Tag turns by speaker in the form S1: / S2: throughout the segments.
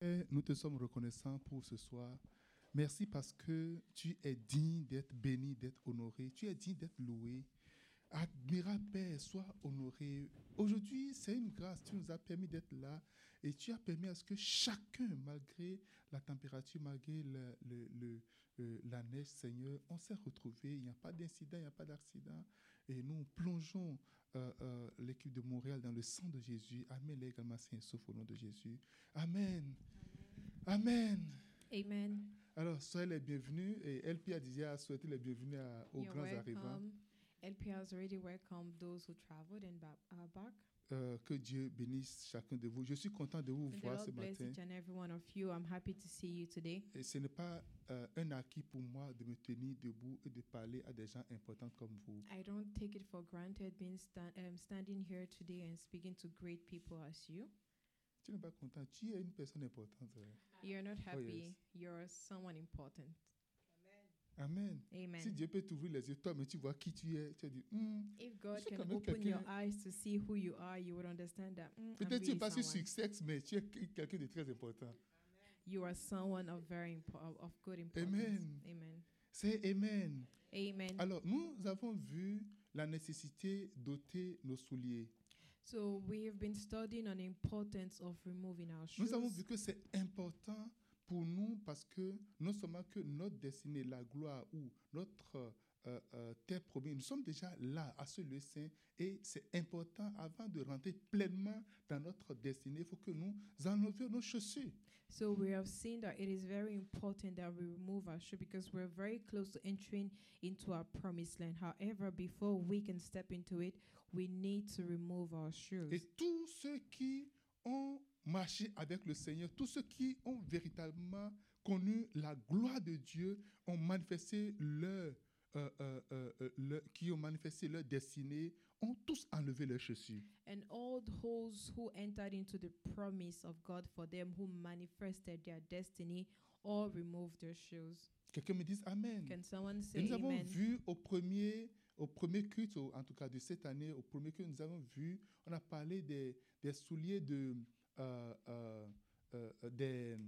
S1: Et nous te sommes reconnaissants pour ce soir. Merci parce que tu es digne d'être béni, d'être honoré. Tu es digne d'être loué. Admirable Père, sois honoré. Aujourd'hui, c'est une grâce. Tu nous as permis d'être là et tu as permis à ce que chacun, malgré la température, malgré le- le- le- euh, la neige, Seigneur, on s'est retrouvés. Il n'y a pas d'incident, il n'y a pas d'accident. Et nous plongeons euh, euh, l'équipe de Montréal dans le sang de Jésus. Amen. Également, saint et sauf au nom de Jésus. Amen. Amen.
S2: Amen.
S1: Alors, soyez les bienvenus. Et LP a déjà souhaité les bienvenus à- aux
S2: You're
S1: grands arrivants.
S2: welcome. LP has already welcomed those who traveled and ba- are back.
S1: Euh, que Dieu bénisse chacun de vous. Je suis content de vous
S2: May the
S1: voir ce
S2: Lord bless
S1: matin.
S2: each and every one of you. I'm happy to see you today.
S1: Et ce n'est pas euh, un acquis pour moi de me tenir debout et de parler à des gens importants comme vous.
S2: I don't take it for granted being stan- um, standing here today and speaking to great people as you.
S1: Tu n'es pas content. Tu es une personne importante. hein.
S2: You're not
S1: Oh,
S2: happy.
S1: yes.
S2: You're someone important.
S1: Amen.
S2: Amen.
S1: Si Dieu peut t'ouvrir les yeux, toi, mais tu vois qui tu es, tu as dit, Hmm,
S2: If God
S1: sais
S2: can
S1: quand même
S2: open your
S1: quelqu'un-
S2: eyes to see who you are, you would understand that mm, I'm
S1: peut-être tu n'es
S2: really
S1: pas sur
S2: someone.
S1: succès, mais tu es quelqu'un de très important.
S2: You are someone of very impo- of- of good importance.
S1: Amen.
S2: Amen.
S1: C'est Amen.
S2: Amen.
S1: Alors, nous avons vu la nécessité d'ôter nos souliers.
S2: So we have been studying on the importance of removing our shoes.
S1: Nous avons vu que c'est important pour nous parce que non seulement que notre destinée, la gloire ou notre euh, euh, euh, terre promise, nous sommes déjà là à ce lieu saint et c'est important avant de rentrer pleinement dans notre destinée, il faut que nous enlevions nos chaussures.
S2: So we have seen that it is very important that we remove our shoe because we're very close to entering into our promised land. However, before we can step into it, we need to remove our shoes.
S1: Et tous ceux qui ont marché avec le Seigneur, tous ceux qui ont véritablement connu la gloire de Dieu, ont manifesté leur, euh, euh, euh, euh, leur- qui ont manifesté leur destinée, ont tous enlevé leurs chaussures.
S2: and all those who entered into the promise of God for them, who manifested their destiny, all removed their shoes.
S1: Quelqu'un me dise Amen.
S2: Can someone
S1: Et
S2: say
S1: Hmm. nous avons
S2: amen?
S1: vu au premier, au premier culte, au- en tout cas de cette année, au premier culte, nous avons vu, on a parlé des, des souliers de, euh, euh, euh, euh, des-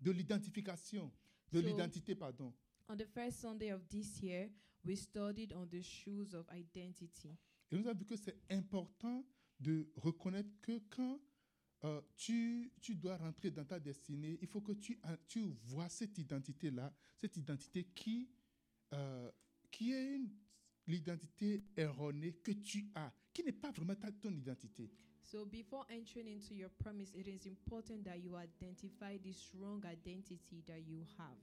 S1: de l'identification, de
S2: So-
S1: l'identité, pardon.
S2: On the first Sunday of this year, we studied on the shoes of identity.
S1: Et nous avons vu que c'est important de reconnaître que quand euh, tu, tu dois rentrer dans ta destinée, il faut que tu, en- tu vois cette identité-là, cette identité qui, euh, qui est une- l'identité erronée que tu as, qui n'est pas vraiment ta, ton identité.
S2: So before entering into your promise, it is important that you identify this wrong identity that you have.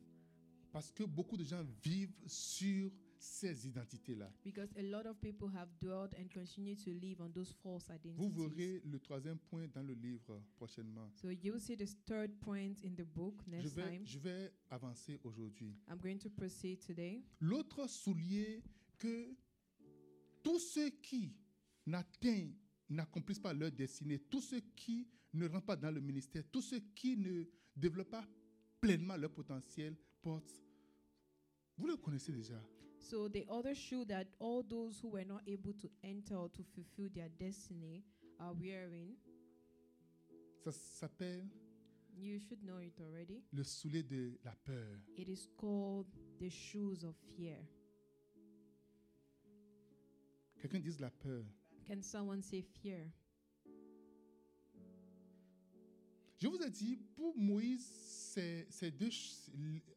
S1: Parce que beaucoup de gens vivent sur ces identités-là.
S2: Because a lot of people have dwelled and continue to live on those false
S1: Vous
S2: identities.
S1: verrez le troisième point dans le livre prochainement.
S2: So you'll see this third point in the book
S1: Je
S2: next
S1: vais,
S2: time.
S1: je vais avancer aujourd'hui.
S2: I'm going to proceed today.
S1: L'autre soulier que tous ceux qui n'atteignent, n'accomplissent pas leur destinée, tous ceux qui ne rentrent pas dans le ministère, tous ceux qui ne développent pas pleinement leur potentiel portent. Vous le connaissez déjà.
S2: So the other shoe that all those who were not able to enter or to fulfill their destiny are wearing,
S1: Ça s'appelle
S2: you should know it already.
S1: le soulier de la peur.
S2: It is called the shoes of fear.
S1: Quelqu'un dise la peur.
S2: Can someone say fear?
S1: Je vous ai dit, pour Moïse, ces, ces deux, ch-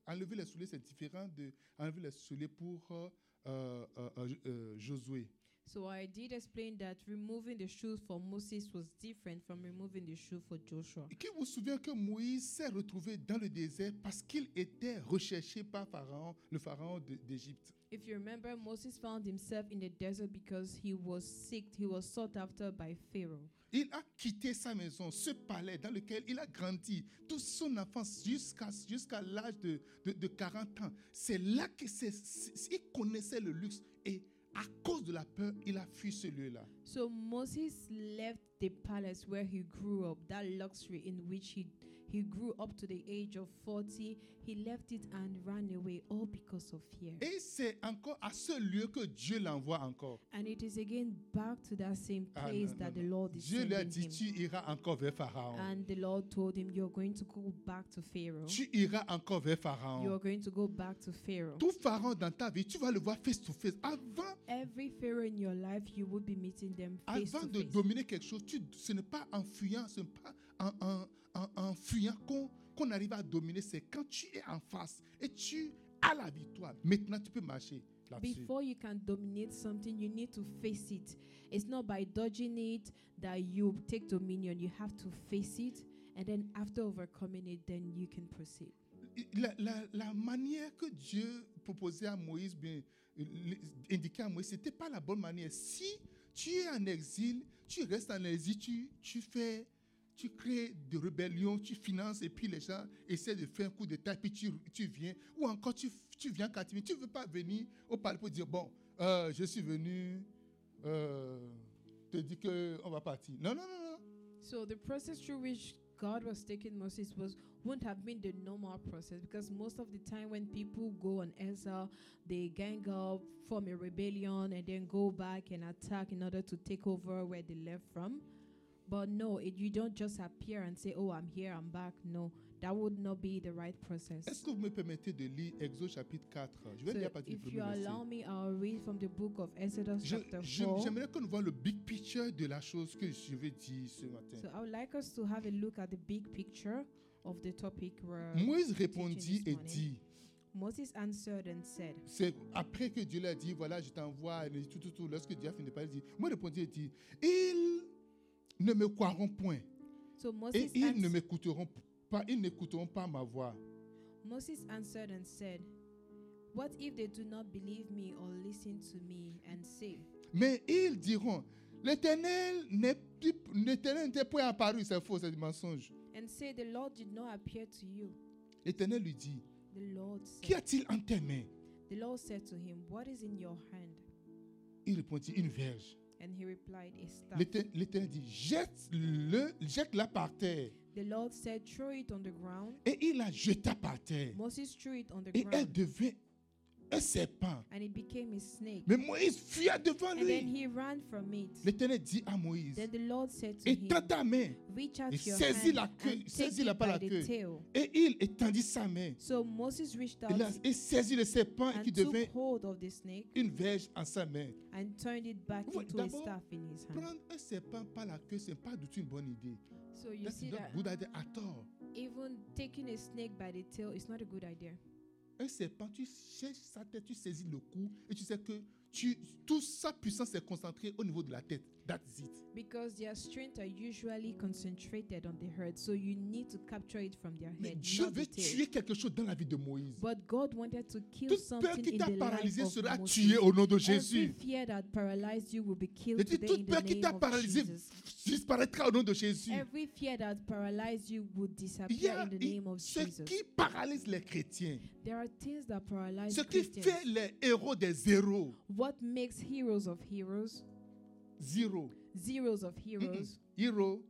S1: enlever les souliers, c'est différent de enlever les souliers pour euh, euh, euh, euh, Josué.
S2: So I did explain that removing the shoes for Moses was different from removing the shoe for Joshua.
S1: Et Qui vous souvient que Moïse s'est retrouvé dans le désert parce qu'il était recherché par Pharaon, le Pharaon de- d'Égypte.
S2: If you remember, Moses found himself in the desert because he was sick, he was sought after by Pharaoh.
S1: Il a quitté sa maison, ce palais dans lequel il a grandi, toute son enfance jusqu'à jusqu'à l'âge de, de, de 40 ans. C'est là que c'est- c'est- il connaissait le luxe et à cause de la peur, il a fui ce lieu-là.
S2: So Moses left the palace where he grew up, that luxury in which he He grew up to the age of 40. He left it and ran away, all because of fear.
S1: Et c'est encore à ce lieu que Dieu l'envoie encore.
S2: And it is again back to that same
S1: Ah, non,
S2: place
S1: non,
S2: that the
S1: non.
S2: Lord is
S1: Dieu lui a
S2: sending
S1: dit,
S2: him.
S1: tu iras encore vers Pharaon.
S2: And the Lord told him, You're going to go back to Pharaoh.
S1: Tu iras encore vers Pharaon.
S2: You're going to go back to Pharaoh.
S1: Tout Pharaon dans ta vie, tu vas le voir face to face. Avant,
S2: Every Pharaoh in your life, you will be meeting them face
S1: avant
S2: to
S1: de
S2: face.
S1: dominer quelque chose, tu- ce n'est pas en fuyant, ce n'est pas en, en- en- en fuyant qu'on qu'on arrive à dominer. C'est quand tu es en face et tu as la victoire. Maintenant, tu peux marcher là-dessus.
S2: Before you can dominate something, you need to face it. It's not by dodging it that you take dominion. You have to face it, and then after overcoming it, then you can proceed.
S1: La, la- la manière que Dieu proposait à Moïse, bien, euh, indiquait à Moïse, ce n'était pas la bonne manière. Si tu es en exil, tu restes en exil, tu, tu fais, tu crées des rébellions, tu finances, et puis les gens essaient de faire un coup d'état, puis tu, tu viens, ou encore tu, tu viens en captivité. tu ne veux pas venir au palais pour dire, bon, euh, je suis venu euh, te dire qu'on va partir. Non, non, non, non.
S2: So the process through which God was taking Moses was wouldn't have been the normal process because most of the time when people go on exile, they gang up, form a rebellion, and then go back and attack in order to take over where they left from. But no, it, you don't just appear and say, "Oh, I'm here, I'm back." No, that would not be the right process.
S1: Est-ce que vous me permettez de lire Exode chapitre 4 Je vais
S2: So
S1: lire à partir du
S2: if you
S1: premier verset.
S2: allow me, I'll read from the book of Exodus
S1: Je-
S2: chapter
S1: je-
S2: four.
S1: J'aimerais que nous voyons le big picture de la chose que je vais dire ce matin.
S2: So I would like us to have a look at the big picture of the topic where
S1: Moïse répondit
S2: teaching this
S1: et
S2: morning.
S1: dit,
S2: Moses answered and said,
S1: c'est après que Dieu l'a dit, voilà, je t'envoie, et tout, tout, tout, lorsque Dieu a fini de parler, il dit, Moïse répondit et dit, ils ne me croiront point,
S2: So
S1: et
S2: Moses,
S1: ils ne
S2: ans-
S1: m'écouteront pas, ils n'écouteront pas ma voix.
S2: Moses answered and said, What if they do not believe me or listen to me and say,
S1: Mais ils diront, l'éternel n'est plus- l'Éternel n'était point apparu, c'est faux, c'est du mensonge.
S2: and say, The Lord did not appear to you?
S1: L'éternel lui dit,
S2: The Lord
S1: qu'y
S2: said,
S1: a-t-il en tes mains
S2: The Lord said to him, What is in your hand?
S1: Il répondit, une verge.
S2: And he replied, A staff.
S1: L'Éter- L'Éternel dit, jette-le, jette-la par terre.
S2: The Lord said, Throw it on the ground.
S1: Et il la jeta par terre.
S2: Moses threw it on the
S1: Et elle
S2: ground,
S1: devint un serpent.
S2: and it became a snake.
S1: Mais Moïse fuya devant
S2: And then
S1: lui.
S2: he ran from it.
S1: L'Éternel dit à Moïse,
S2: Then the Lord said to him,
S1: étends ta main.
S2: Reach out
S1: Et
S2: your
S1: saisis
S2: hand
S1: la queue-
S2: and
S1: saisis
S2: take
S1: la
S2: it
S1: par la
S2: by the
S1: queue.
S2: tail.
S1: Et il étendit sa main.
S2: So Moses reached out
S1: Il a- et saisit le serpent qui
S2: and
S1: devint
S2: took hold of the snake
S1: une verge en sa main.
S2: and turned it back
S1: Well,
S2: into a
S1: d'abord,
S2: staff in his hand.
S1: Prendre un serpent par la queue, ce n'est pas du tout une bonne idée.
S2: So you
S1: That's
S2: see
S1: not
S2: that
S1: good idea at all.
S2: even taking a snake by the tail is not a good idea.
S1: Un serpent, tu cherches sa tête, tu saisis le cou et tu sais que tu, toute sa puissance est concentrée au niveau de la tête. That's it.
S2: Because their strength are usually concentrated on the head, so you need to capture it from their
S1: Mais
S2: head,
S1: Dieu
S2: not the
S1: veut
S2: tail.
S1: tuer quelque chose dans la vie de Moïse.
S2: But God wanted to kill
S1: Toute peur
S2: something
S1: qui
S2: in
S1: t'a
S2: the life
S1: paralysé
S2: of
S1: sera tuée
S2: Moses.
S1: au nom de
S2: Every
S1: Jésus.
S2: fear that paralyzed you will be
S1: Je
S2: killed
S1: dis,
S2: today in
S1: toute
S2: the
S1: peur qui t'a
S2: name of
S1: paralysé
S2: Jesus.
S1: disparaîtra au nom de Jésus.
S2: Every fear that paralyzed you would
S1: Il y
S2: disappear
S1: a
S2: in the
S1: il-
S2: name of
S1: ce
S2: Jesus.
S1: qui paralyse les chrétiens,
S2: There are things that paralyze
S1: ce qui
S2: Christians.
S1: fait les héros des héros.
S2: What makes heroes of heroes?
S1: Zéro.
S2: Zeros of heroes.
S1: Héros.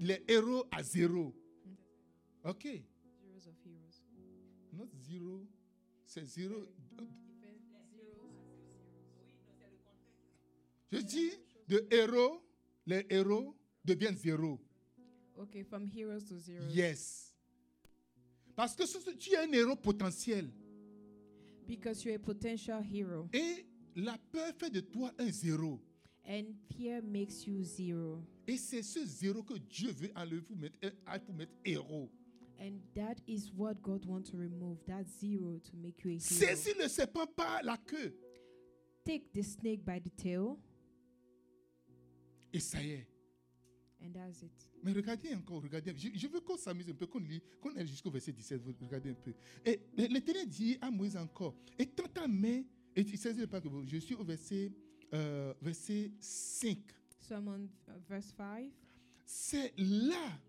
S1: Les héros à zéro. OK.
S2: Zeros of heroes.
S1: Not zéro. C'est zéro. Je dis, de héros, les héros deviennent zéro.
S2: Okay, from heroes to zeros.
S1: Yes. Parce que ce- ce- tu es un héros potentiel.
S2: Because you're a potential hero.
S1: Et la peur fait de toi un zéro.
S2: And fear makes you zero.
S1: Et c'est ce zéro que Dieu veut enlever pour mettre, euh, pour mettre héros.
S2: And that is what God wants to remove. That zero to make you a hero.
S1: Saisis le serpent par la queue.
S2: Take the snake by the tail,
S1: Et ça y est.
S2: and that's it.
S1: Mais regardez encore, regardez. Je, je veux qu'on s'amuse un peu, qu'on lit, qu'on aille jusqu'au verset 17. Vous regardez un peu. Et le- l'Éternel dit à Moïse encore Et tends ta main. Et tu saisis le pas que vous- Je suis au verset, euh, verset 5.
S2: So I'm on uh, verse 5.
S1: C'est là,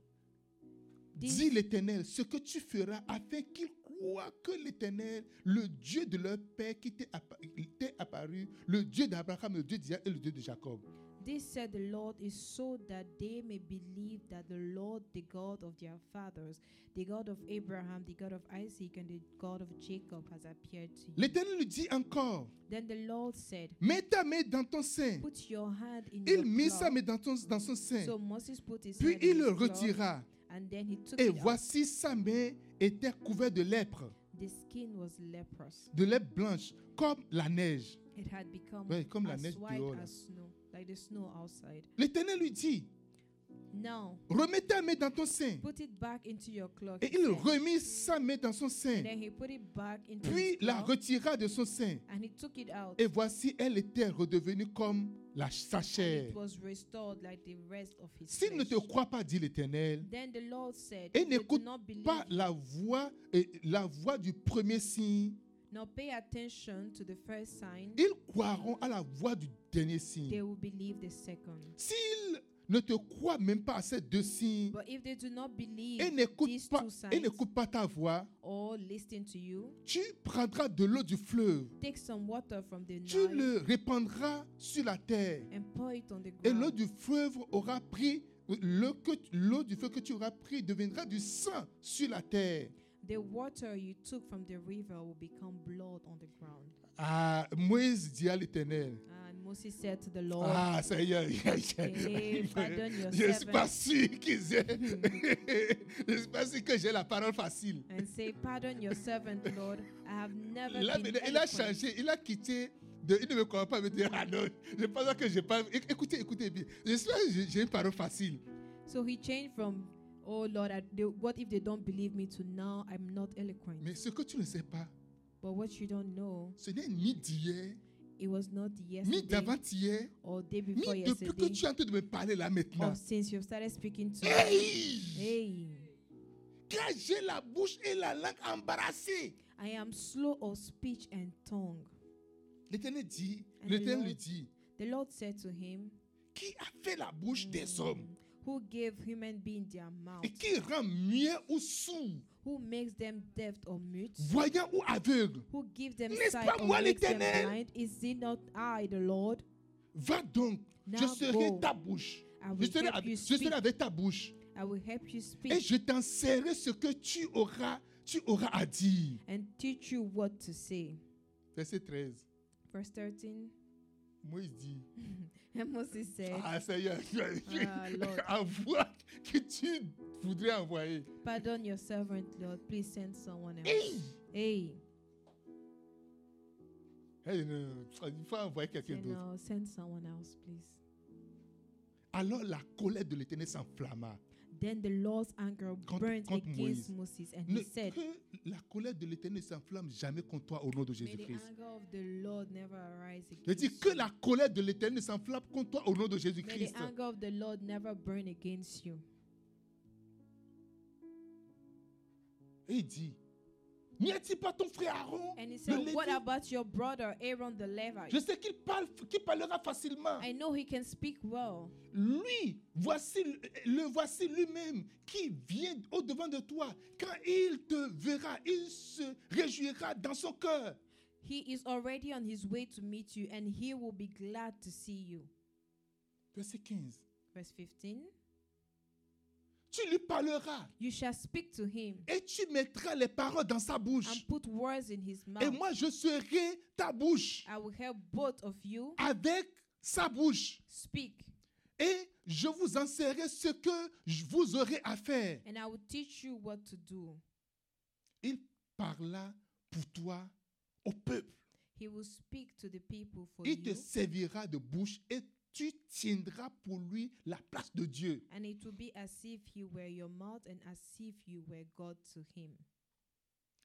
S2: Dis-
S1: dit l'Éternel, ce que tu feras afin qu'ils croient que l'Éternel, le Dieu de leur père qui t'est appa- t'est apparu, le Dieu d'Abraham, le Dieu d'Isaac et le Dieu de Jacob.
S2: This said the Lord is so that they may believe that the Lord, the God of their fathers, the God of Abraham, the God of Isaac, and the God of Jacob has appeared to you.
S1: L'Éternel lui dit encore,
S2: Then the Lord said,
S1: mets ta main dans ton sein.
S2: Put your hand in
S1: Il
S2: your
S1: mit
S2: cloth.
S1: sa main dans, ton- dans son sein,
S2: So Moses put his
S1: puis
S2: hand
S1: il
S2: in
S1: le
S2: his cloth,
S1: retira.
S2: and then he took
S1: Et
S2: it out.
S1: voici sa main était couverte de lèpre,
S2: The skin was leprous.
S1: de lèpre blanche, comme la neige.
S2: It had become
S1: Ouais, comme la
S2: as
S1: neige
S2: white
S1: dehors, là.
S2: as snow, like the snow outside.
S1: L'Éternel lui dit,
S2: Now,
S1: remets ta main dans ton sein.
S2: put it back into your clock.
S1: Et
S2: he
S1: il
S2: said.
S1: remit sa main dans son sein,
S2: And then he put it back into
S1: puis
S2: his
S1: la
S2: cloth,
S1: retira de son sein.
S2: and he took it out.
S1: Et voici, elle était redevenue comme la, sa
S2: and
S1: chair.
S2: it was restored like the rest of his
S1: S'il ne Eh. te Eh,
S2: flesh.
S1: croit pas, dit l'Éternel,
S2: Then the Lord said,
S1: Et
S2: "If you do
S1: n'écoute
S2: not believe
S1: pas
S2: me,
S1: la voix, et la voix du premier signe,
S2: Now pay attention to the first sign,
S1: ils croiront à la voix du dernier
S2: they
S1: signe.
S2: will believe the second.
S1: S'ils ne te croient même pas à ces deux signes
S2: But if they do not believe
S1: et n'écoutent
S2: these
S1: pas,
S2: two signs
S1: et n'écoutent pas ta voix,
S2: or listen to you,
S1: tu prendras de l'eau du fleuve,
S2: take some water from the
S1: tu
S2: Nile
S1: le répandras sur la terre,
S2: and pour it on the
S1: et Eh, l'eau
S2: ground.
S1: du fleuve aura pris le que l'eau du feu que tu auras pris deviendra du sang sur la terre.
S2: The water you took from the river will become blood on the ground.
S1: Ah, Moïse dit à l'Éternel.
S2: And Moses said to the Lord,
S1: Ah, Seigneur,
S2: Oh. Eh, pardonne your
S1: je ne suis pas sûr qu'ils aient. je ne suis pas sûr que j'ai la parole facile.
S2: and say, Pardon your servant, Lord. I have never
S1: Il a,
S2: been
S1: il a
S2: eloquent."
S1: changé, il a quitté. De, il ne me croit pas, il me dit Ah non, je pense que je parle. Éc- Écoutez, écoutez bien. Je sais pas, j'ai- j'ai une parole facile.
S2: So he changed from, Oh Lord, I, they, what if they don't believe me to now I'm not eloquent.
S1: Mais ce que tu ne sais pas,
S2: But what you don't know,
S1: ce n'est ni d'hier,
S2: it was not
S1: ni
S2: yesterday
S1: d'avant-hier,
S2: or day
S1: ni
S2: before
S1: depuis que
S2: yesterday
S1: tu es en train de me parler là maintenant.
S2: or since you've started speaking to me.
S1: Hey!
S2: Hey,
S1: Quand j'ai la bouche et la langue embarrassées,
S2: I am slow of speech and tongue.
S1: l'Éternel dit,
S2: And the
S1: l'Éternel lui
S2: Lord-
S1: dit,
S2: The Lord said to him,
S1: qui a fait la bouche des hommes
S2: Who gave human beings their mouth?
S1: et qui rend muet ou sourd,
S2: Who makes them deaf or mute?
S1: voyant ou aveugle.
S2: Who gives them
S1: N'est-ce
S2: sight
S1: pas
S2: or
S1: moi
S2: makes them
S1: l'Éternel?
S2: blind? Is it not I, the Lord?
S1: Va donc, je
S2: Now
S1: serai
S2: go.
S1: ta bouche.
S2: I
S1: Je
S2: will
S1: serai,
S2: help
S1: avec,
S2: you
S1: je
S2: speak.
S1: serai avec ta bouche
S2: I will help you
S1: et
S2: speak
S1: je t'enseignerai ce que tu auras, tu auras à dire.
S2: and teach you what to say.
S1: Verset 13.
S2: Verse 13.
S1: Moïse dit
S2: And Moses said,
S1: Ah Seigneur,
S2: Eh. Ah, Lord.
S1: à voix que tu voudrais envoyer.
S2: Pardon your servant, Lord. Please send someone else.
S1: Hey!
S2: Hey,
S1: Hey, non, il faut envoyer quelqu'un
S2: send,
S1: d'autre.
S2: now, send someone else, please.
S1: Alors la colère de l'Éternel s'enflamma.
S2: Then the Lord's anger
S1: Contre-
S2: burnt
S1: contre Moïse.
S2: against Moses, and
S1: Ne-
S2: he said,
S1: que la colère de l'Éternel ne s'enflamme jamais contre toi au nom de
S2: May the
S1: Jésus-Christ.
S2: anger of the Lord never arise
S1: Je
S2: against
S1: dis
S2: you.
S1: que la colère de l'Éternel ne s'enflamme contre toi au nom de
S2: May the
S1: Jésus-Christ.
S2: anger of the Lord never burn against you.
S1: Et il dit, n'y a-t-il pas ton frère Aaron
S2: And he
S1: le
S2: said, What
S1: Lévite?
S2: about your brother Aaron the
S1: Je
S2: Levite?
S1: sais qu'il parle, qu'il parlera facilement.
S2: I know he can speak well.
S1: Lui, voici, le voici lui-même qui vient au devant de toi. Quand il te verra, il se réjouira dans son cœur.
S2: He is already on his way to meet you, and he will be glad to see you.
S1: Verset 15.
S2: Verse 15
S1: Tu lui parleras
S2: You shall speak to him
S1: et tu mettras les paroles dans sa
S2: and
S1: bouche.
S2: put words in his mouth.
S1: Et moi, je serai ta bouche
S2: I will help both of you
S1: avec sa bouche.
S2: speak,
S1: Et je vous enseignerai ce que je vous aurez à faire.
S2: and I will teach you what to do.
S1: Il parla pour toi au peuple.
S2: He will speak to the people for
S1: Il te
S2: you,
S1: servira de bouche et tu tiendras pour lui la place de Dieu.
S2: and it will be as if he were your mouth and as if you were God to him.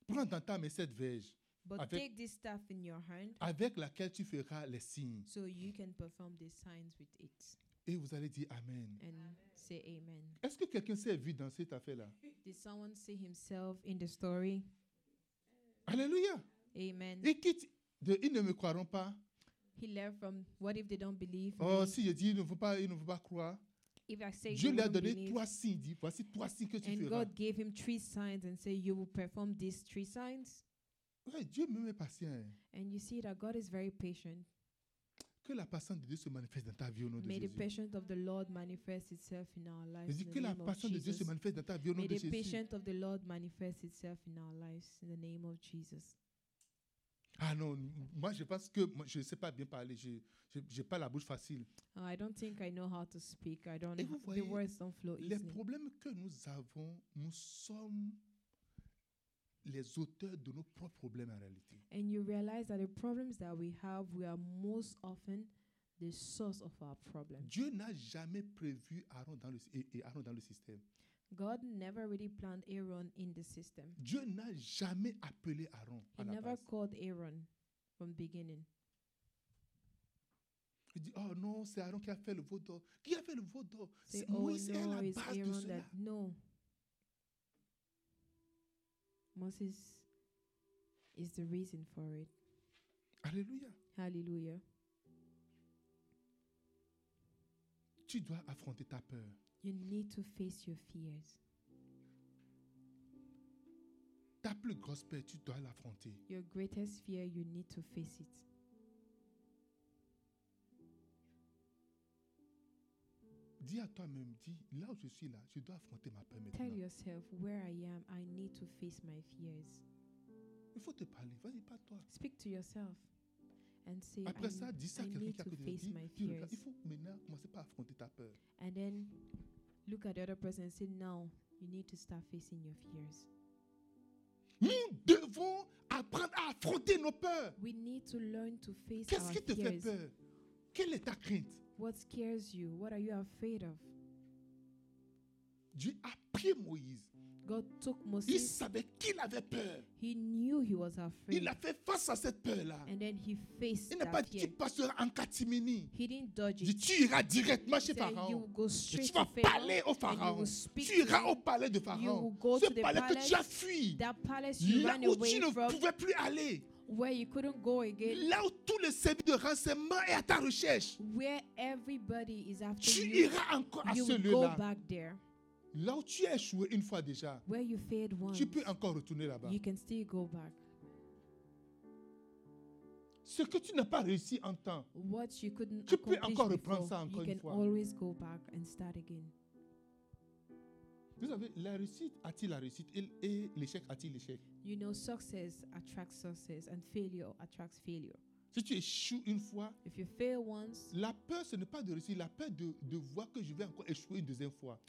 S1: Prends dans ta main cette verge
S2: But
S1: Avec-
S2: take this staff in your hand
S1: avec laquelle tu feras les signes.
S2: so you can perform the signs with it.
S1: Et vous allez dire Amen.
S2: And say amen.
S1: Est-ce que quelqu'un s'est vu dans cette affaire-là?
S2: Did someone see himself in the story?
S1: Alléluia.
S2: Amen.
S1: Et quitte de ils ne me croiront pas.
S2: He left from what if they don't believe
S1: Oh,
S2: me?
S1: si je dis ils ne vont pas, ils ne vont pas croire.
S2: If I say
S1: Dieu
S2: you
S1: lui a
S2: won't
S1: donné
S2: believe,
S1: trois signes. il dit, voici trois signes que tu
S2: and
S1: feras.
S2: God gave him three signs and say you will perform these three signs,
S1: Ouais, Dieu même est patient. hein.
S2: and you see that God is very patient.
S1: Que la patience de Dieu se manifeste dans ta vie au nom de
S2: May the
S1: Jésus.
S2: patience of the Lord manifest itself in our
S1: Je
S2: lives.
S1: dis
S2: In
S1: que
S2: the
S1: la
S2: name of
S1: patience de Dieu se
S2: Jesus.
S1: manifeste dans ta vie au nom
S2: May
S1: de
S2: the
S1: Jésus.
S2: patience of the Lord manifest itself in our lives. In the name of Jesus.
S1: Ah non, moi je pense que moi, je ne sais pas bien parler. Je n'ai pas la bouche facile.
S2: Uh, I don't think I know how to speak. I don't.
S1: Et vous
S2: The
S1: voyez,
S2: words don't flow
S1: Les
S2: easily.
S1: problèmes que nous avons, nous sommes les auteurs de nos propres problèmes en réalité.
S2: And you realize that the problems that we have, we are most often the source of our problem.
S1: Dieu n'a jamais prévu Aaron dans le, et- et Aaron dans le système.
S2: God never really planned Aaron in the system.
S1: Dieu n'a jamais appelé Aaron
S2: He
S1: à la
S2: never
S1: base.
S2: called Aaron from beginning.
S1: Il dit, oh non, c'est Aaron qui a fait le veau d'or. Qui a fait le veau d'or
S2: Say,
S1: C'est
S2: oh
S1: Moïse est à
S2: no,
S1: la
S2: it's
S1: base de
S2: Aaron that
S1: cela.
S2: no. Moses is the reason for it.
S1: Alléluia.
S2: Hallelujah.
S1: Tu dois affronter ta peur.
S2: You need to face your fears.
S1: Ta plus grosse peur, tu dois l'affronter.
S2: Your greatest fear, you need to face it.
S1: Dis à toi-même, dis, là où je suis là, je dois affronter ma peur
S2: Tell
S1: maintenant.
S2: yourself where I am, I need to face my fears.
S1: Il faut te parler. Vas-y, pas toi.
S2: Speak to yourself and say,
S1: Après
S2: I
S1: ça,
S2: need-
S1: dis ça à
S2: I
S1: quelqu'un
S2: need
S1: qui a
S2: to
S1: côté de
S2: face my
S1: toi. Dis, regarde,
S2: fears.
S1: Il faut maintenant commencer par affronter ta peur.
S2: and then look at the other person and say, Now you need to start facing your fears.
S1: Nous devons apprendre à affronter nos peurs.
S2: We need to learn to face
S1: Qu'est-ce
S2: our
S1: qui te fait
S2: fears.
S1: peur Quelle est ta crainte
S2: What scares you? What are you afraid of?
S1: Dieu a pris Moïse.
S2: God took
S1: Il
S2: Moses.
S1: savait qu'il avait peur.
S2: He knew he was
S1: Il
S2: afraid,
S1: a fait face à cette peur-là.
S2: and then he faced
S1: Il n'a pas
S2: that
S1: dit tu
S2: fear.
S1: passeras en catimini.
S2: He didn't dodge
S1: Il dit
S2: it.
S1: tu iras directement
S2: He
S1: chez
S2: said, you
S1: Pharaoh.
S2: will go
S1: Et
S2: straight
S1: tu
S2: to
S1: vas
S2: Pharaoh.
S1: parler au
S2: and you
S1: Pharaon.
S2: will speak
S1: Tu
S2: to
S1: iras
S2: him.
S1: au palais de Pharaon.
S2: will go
S1: Ce
S2: to the
S1: palais que tu as
S2: palace.
S1: fui.
S2: That palace you
S1: Là
S2: ran
S1: où tu
S2: away
S1: ne
S2: from,
S1: pouvais plus aller.
S2: where you couldn't go again,
S1: Là où tout le service de renseignement est à ta recherche.
S2: where everybody is after
S1: Tu
S2: you,
S1: iras encore à
S2: you
S1: ce
S2: will go
S1: lieu-là.
S2: back there.
S1: Là où tu as échoué une fois déjà.
S2: Where you failed once,
S1: Tu peux encore retourner là-bas.
S2: you can still go back.
S1: Ce que tu n'as pas réussi en temps,
S2: What you couldn't
S1: Tu peux
S2: accomplish
S1: encore
S2: before,
S1: reprendre ça encore
S2: you
S1: une
S2: can
S1: fois.
S2: always go back and start again.
S1: vous savez, la réussite attire la réussite et, et l'échec attire l'échec.
S2: You know, success attracts success, and failure attracts failure.
S1: Si tu échoues une fois,
S2: If you fail once,
S1: la peur, ce n'est pas de réussir, la peur de, de voir que je vais encore échouer une deuxième fois.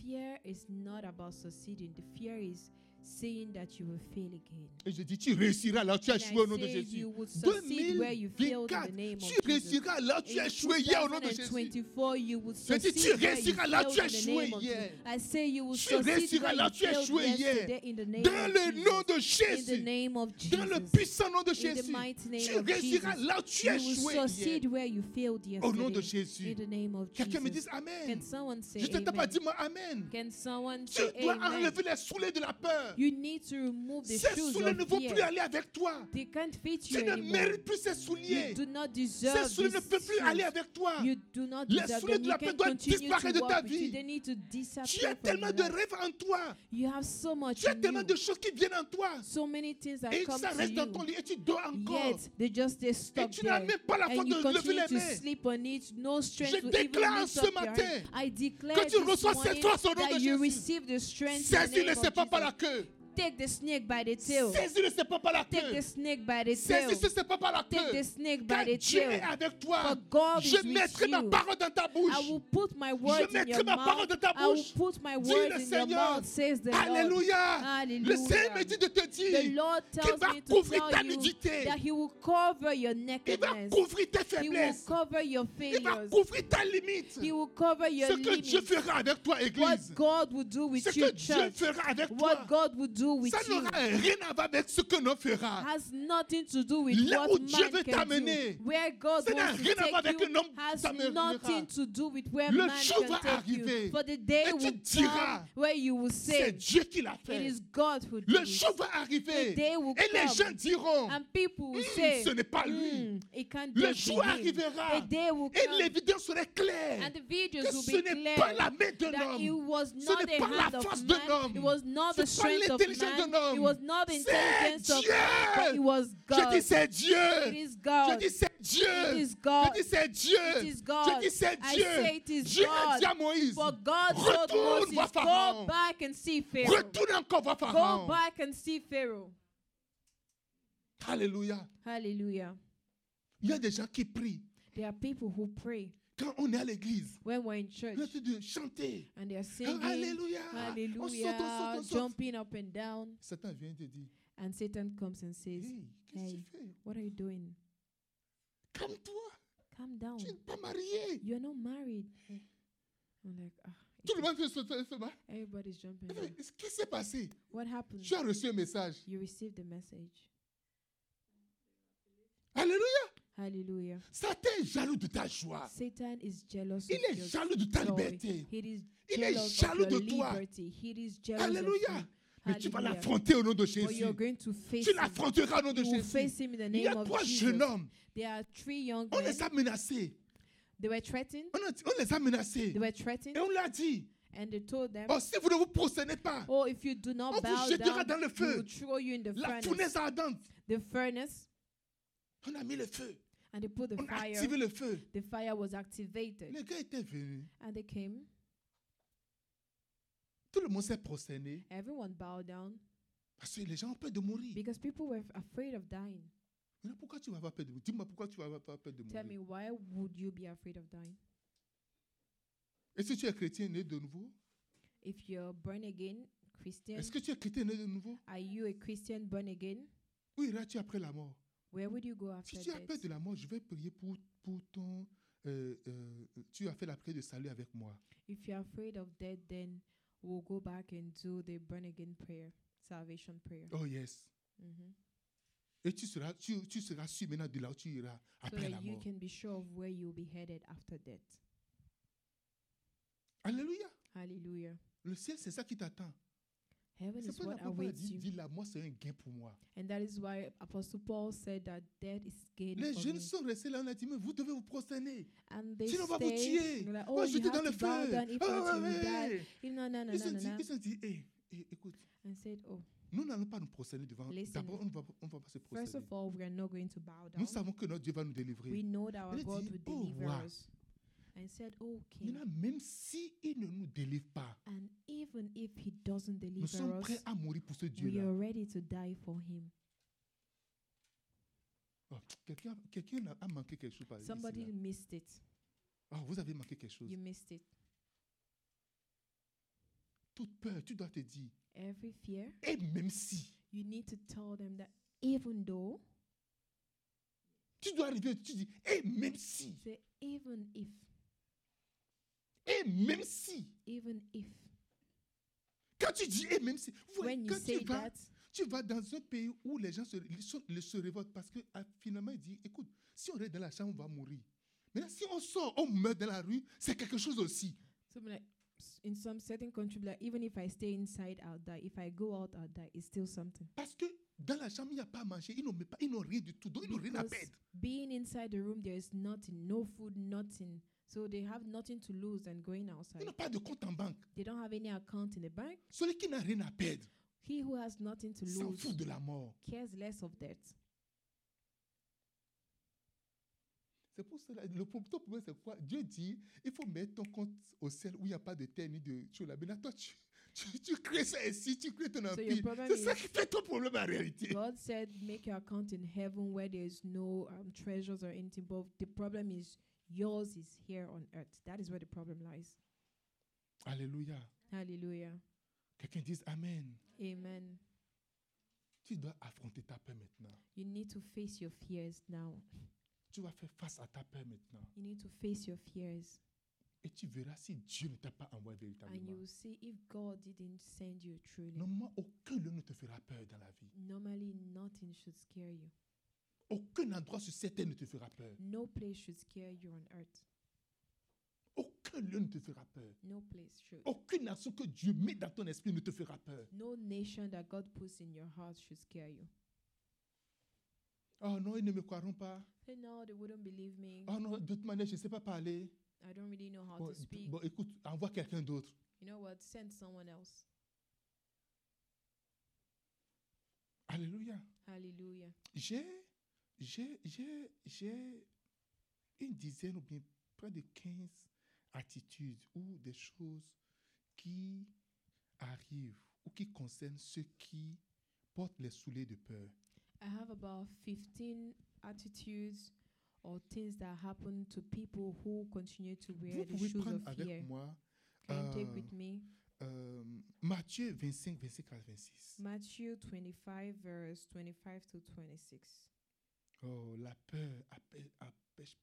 S2: fear is not about succeeding. The fear is saying that you will fail again.
S1: Et je dis, tu réussiras là où tu as
S2: And
S1: échoué au nom
S2: I
S1: de
S2: say
S1: Jésus.
S2: you would succeed where you failed in the
S1: 2024,
S2: name of
S1: tu
S2: Jesus.
S1: réussiras là où tu as
S2: In
S1: échoué hier au nom de Jésus.
S2: 2024, you will
S1: Je dis, tu
S2: succeed where you
S1: réussiras là où
S2: failed
S1: tu as
S2: in the
S1: échoué
S2: name of
S1: hier.
S2: Jesus. I say you will
S1: Tu
S2: succeed
S1: réussiras
S2: where
S1: là où
S2: you
S1: tu as
S2: failed
S1: échoué hier.
S2: yesterday in the name
S1: Dans
S2: of
S1: le nom
S2: Jesus.
S1: de
S2: In the
S1: Jésus.
S2: name of
S1: Dans le
S2: Jesus.
S1: puissant nom de
S2: In the
S1: Jésus.
S2: mighty
S1: Tu
S2: name of
S1: réussiras
S2: Jesus.
S1: là où tu as
S2: You
S1: échoué
S2: will
S1: hier.
S2: succeed where you failed
S1: Au nom de
S2: yesterday. In
S1: Jésus.
S2: the name of
S1: Quelqu'un me
S2: Jesus.
S1: dise Amen.
S2: Can someone say
S1: Je ne t'entends pas,
S2: amen?
S1: dis-moi Amen.
S2: Can someone
S1: Tu
S2: say
S1: dois
S2: amen?
S1: enlever les soulets de la peur.
S2: You need to remove the
S1: Ces
S2: shoes
S1: soulets ne
S2: of
S1: vont plus
S2: fear.
S1: aller avec toi.
S2: They can't fit you
S1: Tu ne
S2: anymore.
S1: mérites plus ces
S2: You
S1: souliers.
S2: do not
S1: Ces
S2: deserve
S1: souliers ne
S2: these
S1: peuvent plus
S2: shoes.
S1: aller avec toi.
S2: You do not
S1: Les
S2: deserve
S1: souliers
S2: them.
S1: de
S2: You
S1: la
S2: can
S1: paix doivent
S2: continue
S1: disparaître de
S2: to
S1: ta
S2: walk with you.
S1: vie.
S2: They need to
S1: Tu as
S2: disappear from
S1: tellement
S2: your
S1: de
S2: life.
S1: rêves en toi.
S2: You have so much
S1: Tu as
S2: in
S1: tellement de
S2: you.
S1: choses qui viennent en toi.
S2: So many things that
S1: Et
S2: come
S1: ça
S2: to
S1: reste dans ton
S2: you.
S1: lit et tu dors encore.
S2: Yet they just they
S1: Et
S2: stop
S1: tu n'as
S2: there.
S1: même pas la force
S2: And
S1: de
S2: you
S1: lever
S2: continue
S1: les
S2: to
S1: mains.
S2: sleep on it. No
S1: Je
S2: strength to even
S1: déclare
S2: lift
S1: ce
S2: up your
S1: matin
S2: hand. I declare
S1: que tu
S2: this
S1: reçois cette
S2: morning
S1: force au nom de
S2: that you
S1: Jésus.
S2: receive the strength in the
S1: Saisis
S2: name
S1: ne
S2: of
S1: sais pas par la
S2: Jesus.
S1: queue.
S2: Take the snake by the tail.
S1: Saisis ne sais pas par la
S2: Take
S1: queue.
S2: the snake by the tail.
S1: Saisis ne sais pas par la
S2: Take
S1: queue.
S2: the snake by
S1: Car
S2: the
S1: Dieu est
S2: tail.
S1: avec toi.
S2: For God is
S1: Je
S2: with
S1: mettrai ma
S2: you.
S1: parole dans ta bouche.
S2: I will put my word in
S1: mettrai
S2: your
S1: ma parole
S2: mouth.
S1: dans ta
S2: I will
S1: bouche.
S2: put my
S1: Dis
S2: word
S1: le
S2: in your
S1: Seigneur.
S2: mouth, says the Lord.
S1: Alléluia. Le
S2: Hallelujah.
S1: Seigneur me dit de te
S2: The
S1: dire
S2: Lord
S1: qu'il
S2: tells
S1: va
S2: me to
S1: couvrir ta
S2: tell you
S1: nudité.
S2: that He will cover your
S1: Il va
S2: nakedness.
S1: couvrir tes
S2: He will
S1: faiblesses.
S2: cover your
S1: Il va
S2: failures.
S1: couvrir ta limite.
S2: He will cover your
S1: Ce que Dieu
S2: limits.
S1: fera avec toi,
S2: What
S1: Église.
S2: God will do
S1: Ce
S2: with
S1: que
S2: your
S1: Dieu
S2: church,
S1: fera avec toi.
S2: what God will do with
S1: Ça
S2: you,
S1: n'aura rien à voir avec ce que l'on fera.
S2: has nothing to do with
S1: Là Ah. où
S2: what
S1: Dieu veut
S2: man can do.
S1: t'amener,
S2: Where God
S1: ça n'a
S2: wants
S1: rien
S2: to
S1: à voir
S2: take
S1: avec
S2: you
S1: l'homme
S2: has
S1: t'amènera.
S2: nothing to do with where
S1: Le
S2: man
S1: jour va
S2: can take
S1: arriver
S2: you. For the day
S1: et tu
S2: will
S1: diras,
S2: come where you will
S1: C'est
S2: say,
S1: Dieu qui l'a
S2: It
S1: fait.
S2: is God who did
S1: Le
S2: it.
S1: jour va arriver.
S2: The day will
S1: Et les
S2: come.
S1: gens diront,
S2: And people will
S1: Hum,
S2: say,
S1: Mm, ce n'est pas lui.
S2: "Hmm, it can't
S1: Le
S2: just be
S1: jour
S2: him."
S1: arrivera.
S2: The day will
S1: Et
S2: come
S1: l'évidence serait claire.
S2: and the videos
S1: Que
S2: will
S1: ce
S2: be
S1: n'est pas
S2: clear
S1: la main d'un
S2: that it
S1: homme.
S2: was
S1: Ce
S2: not
S1: n'est
S2: the
S1: pas la
S2: hand
S1: force
S2: of
S1: d'un
S2: man,
S1: homme.
S2: it was not the
S1: C'est pas
S2: strength of
S1: l'intelligence d'un
S2: It
S1: homme.
S2: was not the
S1: C'est
S2: intelligence of
S1: Dieu.
S2: man, but it was God.
S1: Je dis c'est Dieu.
S2: It is
S1: Je
S2: God.
S1: dis c'est Dieu.
S2: It is God.
S1: Je dis c'est Dieu.
S2: It is God.
S1: Je dis c'est
S2: I
S1: Dieu.
S2: say it is
S1: Dieu a
S2: God.
S1: dit à Moïse,
S2: For God told
S1: Retourne voir
S2: Moses,
S1: Pharaon.
S2: go back and see Pharaoh.
S1: retourne encore voir
S2: Go
S1: Pharaon.
S2: back and see Pharaoh.
S1: Alléluia.
S2: Hallelujah.
S1: Il y a des gens qui prient.
S2: There are people who pray
S1: Quand on est à l'église,
S2: when we're in
S1: on
S2: church
S1: est de chanter.
S2: and they're singing
S1: Alléluia. On saute, on
S2: hallelujah,
S1: saute, on saute.
S2: jumping up and down,
S1: Satan vient te dire,
S2: and Satan comes and says,
S1: hey, qu'est-ce que tu
S2: Hey.
S1: fais
S2: What are you doing?
S1: Calme-toi.
S2: Calm down.
S1: Tu n'es pas marié.
S2: You're not married. I'm like, ah,
S1: Tout le monde fait sauter. sauter.
S2: everybody's jumping.
S1: Il
S2: down.
S1: fait, Qu'est-ce qui s'est passé
S2: What happened?
S1: Tu as reçu un message.
S2: You received the message.
S1: Alléluia.
S2: Hallelujah.
S1: Satan est jaloux de ta joie.
S2: Satan is jealous
S1: Il
S2: of
S1: est
S2: your
S1: jaloux de ta
S2: joy.
S1: liberté.
S2: He is
S1: Il est
S2: jealous
S1: jaloux
S2: of your
S1: de toi.
S2: liberty. He is jealous
S1: Alléluia.
S2: of
S1: Mais tu vas
S2: Hallelujah.
S1: l'affronter au nom de
S2: you. But
S1: Jésus.
S2: you're going to face
S1: Tu
S2: him.
S1: l'affronteras au nom de
S2: You will face
S1: Jésus.
S2: him in the
S1: Il y
S2: name
S1: a
S2: of
S1: trois
S2: Jesus.
S1: jeunes hommes.
S2: There are three young
S1: On
S2: men.
S1: les a menacés.
S2: They were threatened.
S1: On, a- on les a menacés.
S2: They were
S1: Et
S2: threatened.
S1: on leur a dit,
S2: And they told them,
S1: oh, si vous ne vous prosternez pas,
S2: Oh, if you do
S1: on
S2: not bow
S1: vous jettera
S2: down,
S1: dans le
S2: we will
S1: feu.
S2: throw you in the
S1: La
S2: furnace.
S1: fournaise ardente.
S2: The furnace.
S1: On a mis le feu.
S2: And they put the
S1: On a
S2: fire.
S1: activé le feu.
S2: The fire was activated.
S1: Les gars étaient venus.
S2: And they came.
S1: Tout le monde s'est prosterné.
S2: Everyone bowed down
S1: Parce que les gens ont peur de mourir.
S2: because people were afraid of dying.
S1: Maintenant, pourquoi tu vas avoir peur de mourir Dis-moi pourquoi tu vas avoir peur de
S2: Tell me,
S1: mourir.
S2: why would you be afraid of dying?
S1: Et si tu es chrétien né de nouveau
S2: If you're born again Christian,
S1: Est-ce que tu es chrétien né de nouveau
S2: are you a Christian born again?
S1: Où iras-tu après la mort
S2: Where would you go after
S1: Si tu as peur
S2: death?
S1: de la mort, je vais prier pour, pour ton. euh, euh, tu as fait la prière de salut avec moi.
S2: If you're afraid of death, then we'll go back and do the born again prayer, salvation prayer.
S1: Oh yes.
S2: Mhm.
S1: Et tu seras, tu, tu seras sûr maintenant de là où tu iras
S2: So
S1: après la
S2: that you
S1: mort.
S2: can be sure of where you'll be headed after death.
S1: Alléluia.
S2: Hallelujah.
S1: Le ciel, c'est ça qui t'attend.
S2: Heaven
S1: C'est
S2: is
S1: pour ça
S2: what
S1: que Paul
S2: awaits
S1: dit,
S2: you.
S1: dit la mort, c'est un gain pour moi.
S2: And that is why Apostle Paul said that death is gain
S1: Les
S2: for
S1: jeunes
S2: me.
S1: sont restés là, on a dit, mais vous devez vous prosterner.
S2: And they
S1: Sinon, on va vous
S2: stayed.
S1: tuer.
S2: and they're Like,
S1: On
S2: oh,
S1: va
S2: you
S1: jeter dans
S2: have
S1: le
S2: to bow down.
S1: feu.
S2: If not,
S1: Ah,
S2: you will die.
S1: ouais.
S2: If no, no, no,
S1: Ils
S2: no,
S1: se
S2: no,
S1: disent,
S2: no.
S1: ils se disent, hé, hé, écoute,
S2: And said, oh,
S1: nous n'allons pas nous prosterner devant.
S2: Listen.
S1: D'abord, on ne va, on va pas se
S2: First of
S1: prosterner.
S2: all, we are not going to bow down.
S1: Nous savons que notre Dieu va nous délivrer.
S2: We know that our
S1: Il a
S2: God
S1: dit,
S2: will
S1: "Oh,
S2: deliver
S1: wow."
S2: us. And said, Oh, King.
S1: Maintenant, même s'il ne nous délivre pas,
S2: And even if He doesn't
S1: nous
S2: deliver
S1: sommes
S2: us,
S1: prêts à mourir pour ce
S2: we are
S1: Dieu-là.
S2: ready to die for Him.
S1: Oh, Quelqu'un quelqu'un a- a manqué quelque chose par ici,
S2: Somebody
S1: là.
S2: missed it.
S1: Ah, vous avez manqué quelque chose.
S2: You missed it.
S1: Toute peur, tu dois te dire,
S2: Every fear,
S1: et même si,
S2: you need to tell them that even though,
S1: tu dois arriver, tu dis, et même si,
S2: say, even if,
S1: et même si.
S2: even if,
S1: Quand tu dis, et même si, vous voyez,
S2: when you
S1: quand
S2: say
S1: tu vas,
S2: that,
S1: tu vas dans un pays où les gens se, les- se, les- se révoltent parce que ah, finalement, ils disent, écoute, si on reste dans la chambre, on va mourir. Maintenant, si on sort, on meurt dans la rue, c'est quelque chose aussi.
S2: so like, s- in some certain country, like, even if I stay inside, I'll die. If I go out, I'll die. It's still something.
S1: Parce que dans la chambre, il n'y a pas à manger, ils n'ont même pas- ils n'ont rien du tout, donc ils n'ont rien à
S2: Because
S1: perdre.
S2: being inside the room, there is nothing, no food, nothing. So they have nothing to lose than going
S1: Ils
S2: outside.
S1: n'ont pas de compte en banque.
S2: They don't have any account in the bank.
S1: Celui qui n'a rien à perdre
S2: He who has nothing to
S1: s'en
S2: lose
S1: fout de la mort.
S2: cares less of death.
S1: C'est pour cela. Le pro- ton problème, c'est quoi Dieu dit il faut mettre ton compte au ciel où il n'y a pas de terre ni de choses là. Maintenant, toi, tu, tu, tu crées ça ici, tu crées ton
S2: your
S1: empire.
S2: problem
S1: C'est ça
S2: is-
S1: qui fait ton problème en réalité.
S2: God said, "Make your account in heaven, where there is no um, treasures or anything." But the problem is yours is here on earth. That is where the problem lies.
S1: Alléluia.
S2: Hallelujah.
S1: Quelqu'un dise Amen.
S2: Amen.
S1: Tu dois affronter ta peur maintenant.
S2: You need to face your fears now.
S1: Tu vas faire face à ta peur maintenant.
S2: You need to face your fears,
S1: Et tu verras si Dieu ne t'a pas envoyé
S2: and you
S1: véritablement.
S2: will see if God didn't send you truly.
S1: Normalement, aucun lieu ne te fera peur dans la vie.
S2: Normally, nothing should scare you.
S1: Aucun endroit sur cette terre ne te fera peur.
S2: No place should scare you on earth.
S1: Aucun lieu ne te fera peur.
S2: No place should.
S1: Aucune nation que Dieu met dans ton esprit ne te fera peur.
S2: No nation that God puts in your heart should scare you.
S1: Oh non, ils ne me croiront pas.
S2: Say no, they wouldn't believe me.
S1: Oh non, de toute manière, je ne sais pas parler.
S2: I don't really know how
S1: Bon,
S2: to speak.
S1: bon, écoute, envoie quelqu'un d'autre.
S2: You know what? Send someone else.
S1: Alléluia.
S2: Hallelujah.
S1: J'ai, j'ai, j'ai, j'ai une dizaine ou bien près de 15 attitudes ou des choses qui arrivent ou qui concernent ceux qui portent les souliers de peur.
S2: I have about 15 attitudes or things that happen to people who continue to wear
S1: Vous
S2: the
S1: pouvez
S2: shoes
S1: prendre
S2: of fear.
S1: avec moi
S2: Can you take
S1: euh,
S2: with me
S1: euh, Matthieu 25, 25 à 26.
S2: Matthew 25, verse 25 to 26?
S1: Oh, la peur appelle- empêche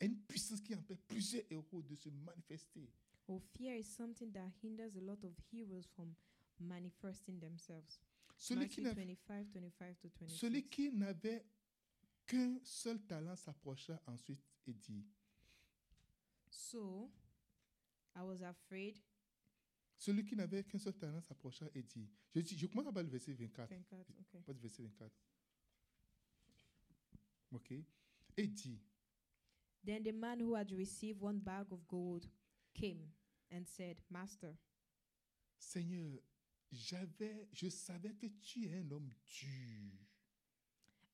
S1: a une puissance qui empêche plusieurs héros de se manifester.
S2: Well, Oh, fear is something that hinders a lot of heroes from manifesting themselves.
S1: Celui qui
S2: Matthew
S1: n'avait
S2: 25, 25 to 26.
S1: Celui qui n'avait qu'un seul talent s'approcha ensuite et dit,
S2: So, I was afraid.
S1: celui qui n'avait qu'un seul talent s'approcha et dit, je, dis- je commence par le verset 24,
S2: Thank God. Okay.
S1: pas le verset 24. OK Et dit,
S2: Then the man who had received one bag of gold came and said, Master,
S1: Seigneur, j'avais, je savais que tu es un homme dur,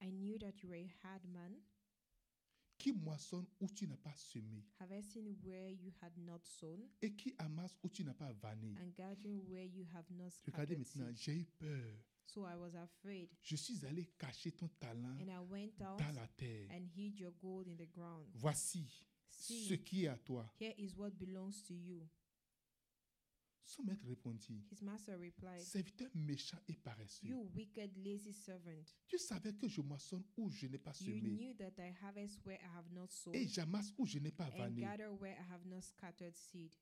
S2: I knew that you were a hard man,
S1: qui moissonne où tu n'as pas semé,
S2: harvesting where you had not sown,
S1: et qui amasse où tu n'as pas vanné.
S2: and gathering where you have not
S1: Regardez
S2: scattered
S1: maintenant,
S2: seed.
S1: j'ai eu peur.
S2: So I was afraid,
S1: Je suis allé cacher ton talent
S2: and I went out
S1: dans la terre.
S2: and hid your gold in the ground.
S1: Voici ce
S2: See,
S1: qui est à toi.
S2: here is what belongs to you.
S1: Son maître répondit,
S2: His master replied,
S1: serviteur méchant et paresseux,
S2: You wicked, lazy servant.
S1: tu savais que je moissonne où je n'ai pas
S2: You
S1: semé,
S2: knew that I harvest where I have not sown,
S1: et j'amasse où je n'ai pas
S2: and
S1: vanné.
S2: gather where I have not scattered seed.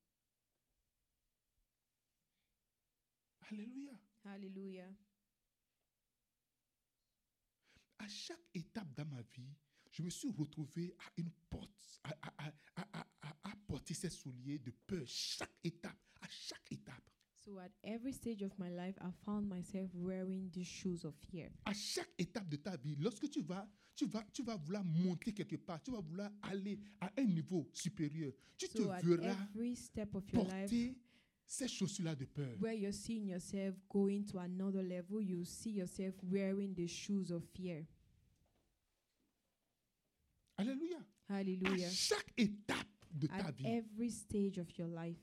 S1: Alléluia.
S2: Hallelujah.
S1: À chaque étape dans ma vie, je me suis retrouvé à une porte, à, à- à- à- à- à- à porter ces souliers de peur. Chaque étape, à chaque étape,
S2: So at every stage of my life, I found myself wearing the shoes of fear.
S1: à chaque étape de ta vie, lorsque tu vas, tu vas, tu vas vouloir monter quelque part, tu vas vouloir aller à un niveau supérieur, tu
S2: So at
S1: te verras
S2: every step of your life,
S1: porter ces chaussures-là de peur.
S2: where you're seeing yourself going to another level, you see yourself wearing the shoes of fear.
S1: Alléluia.
S2: Hallelujah.
S1: À chaque étape de ta
S2: At
S1: vie.
S2: every stage of your life,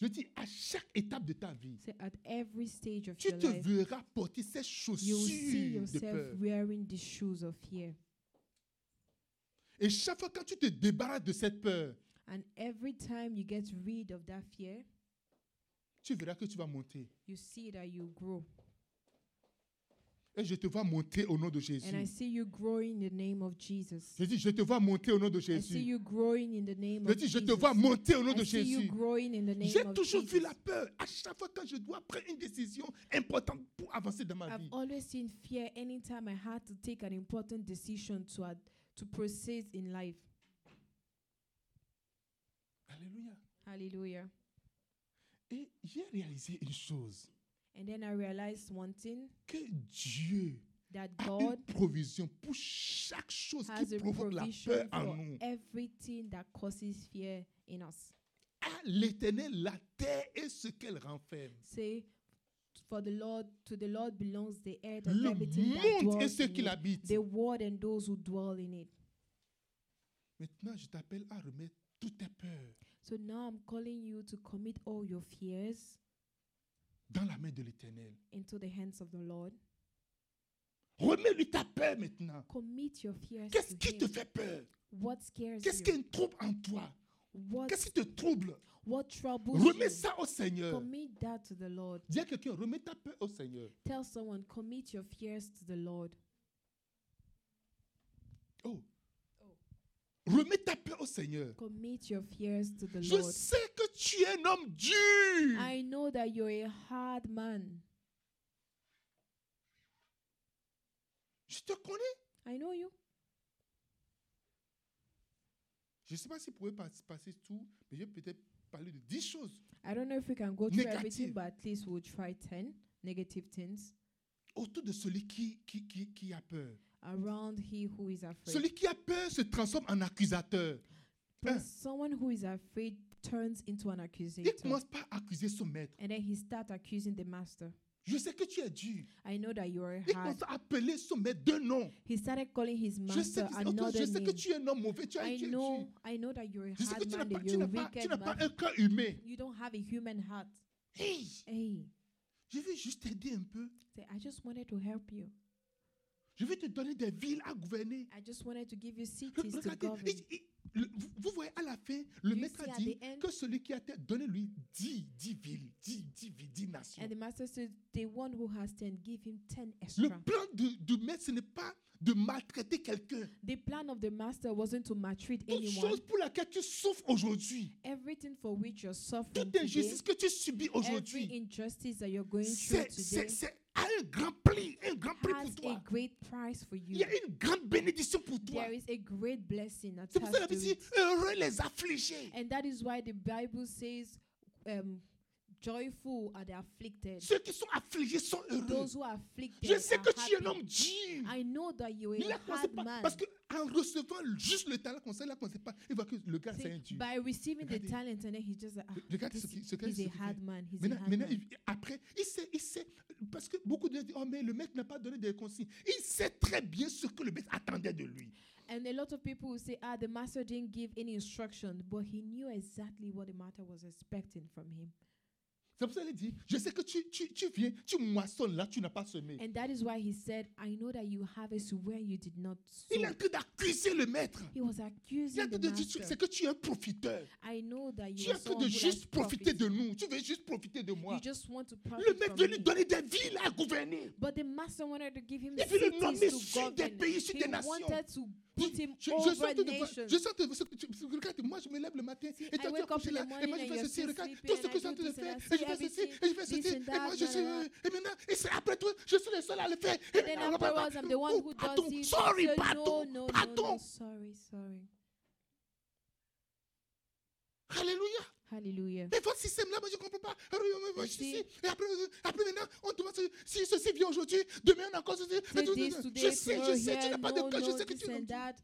S1: Je dis à chaque étape de ta vie.
S2: say at every stage of
S1: Tu
S2: your
S1: te
S2: life,
S1: verras porter ces
S2: you will see
S1: chaussures de
S2: yourself
S1: peur.
S2: wearing the shoes of fear.
S1: Et chaque fois que tu te débarrasses de cette peur,
S2: And every time you get rid of that fear,
S1: tu verras que tu vas monter.
S2: you see that you grow.
S1: Et je te vois monter au nom de
S2: And I
S1: Jésus.
S2: see you growing in the name of Jesus.
S1: Je dis, je te vois monter au nom de
S2: I see
S1: Jésus.
S2: you growing in the name
S1: Je
S2: of
S1: dis, je
S2: Jesus.
S1: te vois monter au nom de
S2: I see you
S1: Jésus.
S2: growing in the name
S1: J'ai
S2: of
S1: toujours vu
S2: Jesus.
S1: la peur. À chaque fois que je dois prendre une décision importante pour avancer dans ma
S2: I've
S1: vie,
S2: always seen fear anytime I had to take an important decision to ad- to proceed in life.
S1: Alléluia.
S2: Hallelujah.
S1: Et j'ai réalisé une chose
S2: And then I realized one thing
S1: que Dieu
S2: that
S1: a
S2: God
S1: une provision pour chaque chose
S2: has
S1: qui
S2: a
S1: provoque la peur
S2: provision
S1: en
S2: for
S1: nous.
S2: everything that causes fear in us.
S1: À Ah, l'éternel, la terre et ce qu'elle renferme.
S2: Say, for the Lord, to the Lord belongs the earth and
S1: Le
S2: everything
S1: monde
S2: that
S1: et
S2: dwells
S1: ceux
S2: in
S1: qui
S2: it,
S1: l'habitent.
S2: the world and those who dwell in it.
S1: Maintenant, je t'appelle à remettre toutes tes peurs
S2: So now I'm calling you to commit all your fears
S1: dans la main de l'éternel.
S2: into the hands of the Lord.
S1: Remets-lui ta peur maintenant.
S2: Commit your fears
S1: Qu'est-ce
S2: to
S1: qui
S2: Him.
S1: te fait peur?
S2: What scares
S1: Qu'est-ce
S2: you?
S1: qui trouble en toi?
S2: What,
S1: Qu'est-ce qui te trouble?
S2: what troubles you?
S1: Remets ça au Seigneur.
S2: Commit that to the Lord.
S1: Dis à quelqu'un, remets ta peur au Seigneur.
S2: Tell someone, commit your fears to the Lord.
S1: Oh.
S2: Oh.
S1: Remets ta peur au Seigneur.
S2: Commit your fears to the
S1: Je
S2: Lord.
S1: sais que tu es un homme dur.
S2: I know that you're a hard man.
S1: Je te connais.
S2: I know you.
S1: Je ne sais pas si vous pouvez pas- passer tout, mais je vais peut-être parler de 10 choses.
S2: I don't know if we can go through
S1: Negative.
S2: everything, but at least we'll try 10 negative things
S1: autour de celui qui, qui, qui, qui a peur.
S2: around he who is afraid.
S1: Celui qui a peur se transforme en accusateur.
S2: But
S1: Hein.
S2: someone who is afraid turns into an
S1: Il
S2: accusator.
S1: commence par à accuser son maître.
S2: And then he starts accusing the master.
S1: Je sais que tu es dur.
S2: I know that you are
S1: Il
S2: hard.
S1: nous a appelé sur mes deux noms.
S2: He started calling his
S1: Je sais,
S2: master
S1: que, oh,
S2: another
S1: je sais que
S2: name.
S1: tu es un homme mauvais, tu es,
S2: I
S1: tu es
S2: know,
S1: dur.
S2: I know that you're
S1: Je
S2: a
S1: sais que
S2: hard
S1: tu n'as
S2: man,
S1: pas,
S2: that
S1: tu
S2: you're a
S1: n'as pas, tu
S2: wicked
S1: n'as pas
S2: man.
S1: un cœur humain.
S2: You don't have a human heart.
S1: Hey,
S2: Hey,
S1: je vais juste t'aider un peu.
S2: say, I just wanted to help you.
S1: Je vais te donner des villes à gouverner.
S2: I just wanted to give you cities to
S1: Regardez,
S2: govern.
S1: il- il- le- vous- vous voyez, à la fin, le
S2: You
S1: maître
S2: see
S1: a
S2: at
S1: dit
S2: the end-
S1: que celui qui a été donné lui 10, 10 villes, 10, 10 villes, 10 nations.
S2: And the master said, the one who has 10, give him 10
S1: Le
S2: extra.
S1: plan du, du maître, ce n'est pas de maltraiter quelqu'un.
S2: The plan of the master wasn't to maltreat
S1: Toute
S2: anyone.
S1: chose pour laquelle tu souffres aujourd'hui,
S2: Everything for which you're suffering
S1: toute
S2: today,
S1: injustice que tu subis
S2: every
S1: aujourd'hui,
S2: injustice that you're going through
S1: c'est
S2: today
S1: c'est- c'est à un grand prix, un grand prix
S2: has
S1: pour
S2: a
S1: toi.
S2: great price for
S1: Il
S2: you.
S1: y a une grande bénédiction pour toi.
S2: There is a great blessing
S1: C'est pour ça que
S2: attached to
S1: la Bible dit
S2: it.
S1: heureux les affligés.
S2: And that is why the Bible says, um, joyful are the afflicted.
S1: Ceux qui sont affligés sont heureux.
S2: Those who are afflicted
S1: Je sais
S2: are
S1: que tu es un
S2: happy.
S1: homme dur.
S2: I know that you are
S1: Il a
S2: a
S1: commencé
S2: hard
S1: pas,
S2: man.
S1: parce qu'en recevant juste le talent comme ça, il a commencé pas. Il voit que le gars,
S2: See,
S1: c'est un dieu.
S2: by receiving the
S1: Regardez.
S2: talent and then he's just like, ah,
S1: Regarde
S2: this-
S1: ce qui- ce qu'il-
S2: he's
S1: ce
S2: a
S1: qu'il
S2: hard
S1: fait.
S2: man. He's a
S1: Maintenant,
S2: hard
S1: maintenant,
S2: man.
S1: il- après, il sait, il sait, parce que beaucoup de gens disent, oh mais le mec n'a pas donné des consignes. Il sait très bien ce que le mec attendait de lui.
S2: And a lot of people will say, ah, the master didn't give any instruction, but he knew exactly what the master was expecting from him.
S1: C'est pour ça qu'il dit, je sais que tu, tu, tu viens, tu moissonnes là, tu n'as pas semé.
S2: And that is why he said, I know that you harvest where you did not
S1: Il est
S2: sow.
S1: en train d'accuser le maître.
S2: He was
S1: Il est en
S2: accusing
S1: train
S2: the
S1: de dire, tu-
S2: master.
S1: c'est que tu es un profiteur.
S2: I know
S1: Tu
S2: that
S1: es
S2: you
S1: en
S2: are
S1: train
S2: someone
S1: de
S2: who likes
S1: juste profiter
S2: profit.
S1: de nous. Tu veux juste profiter de
S2: You
S1: moi.
S2: just want to
S1: Le
S2: profit
S1: mec
S2: from
S1: veut lui
S2: me.
S1: donner des villes à gouverner.
S2: But the master wanted to give him
S1: Il veut le nommer
S2: cities to
S1: sur des
S2: govern.
S1: pays, sur
S2: He
S1: des nations.
S2: wanted to
S1: Je,
S2: put him
S1: je- je suis en
S2: over
S1: train de voir-
S2: nations.
S1: je suis en train de- ce que tu- ce que- regarde, moi je me lève le matin et toi
S2: I
S1: tu es
S2: wake up
S1: couché
S2: in the
S1: là, et
S2: morning
S1: moi je
S2: and
S1: fais
S2: you're
S1: ceci,
S2: still
S1: regarde, tout
S2: sleeping
S1: ce
S2: and
S1: que je
S2: I
S1: suis en
S2: do
S1: train de
S2: this and
S1: faire,
S2: I
S1: et je
S2: see
S1: fais ceci, et je
S2: everything,
S1: fais
S2: this
S1: ceci,
S2: and
S1: et moi
S2: that,
S1: je
S2: da,
S1: suis,
S2: da, da.
S1: et maintenant, et c'est après toi, je suis le seul à le faire. Et
S2: And then afterwards, I'm the one
S1: oh,
S2: who does
S1: pardon,
S2: it.
S1: sorry,
S2: So,
S1: pardon,
S2: no, no, no,
S1: pardon.
S2: no, sorry, sorry.
S1: Alléluia.
S2: Hallelujah.
S1: Mais votre système là, moi je comprends pas. Alors, moi, moi, je suis
S2: See.
S1: ici, et après, euh, après maintenant, on demande ce- si ceci vient aujourd'hui, demain on a encore ceci. et tout,
S2: Say
S1: tout,
S2: this
S1: tout.
S2: today,
S1: Je sais,
S2: tomorrow
S1: je sais, tu
S2: here,
S1: n'as pas
S2: no,
S1: de cœur, je
S2: no,
S1: sais que
S2: this
S1: tu n'as
S2: and
S1: pas.
S2: that.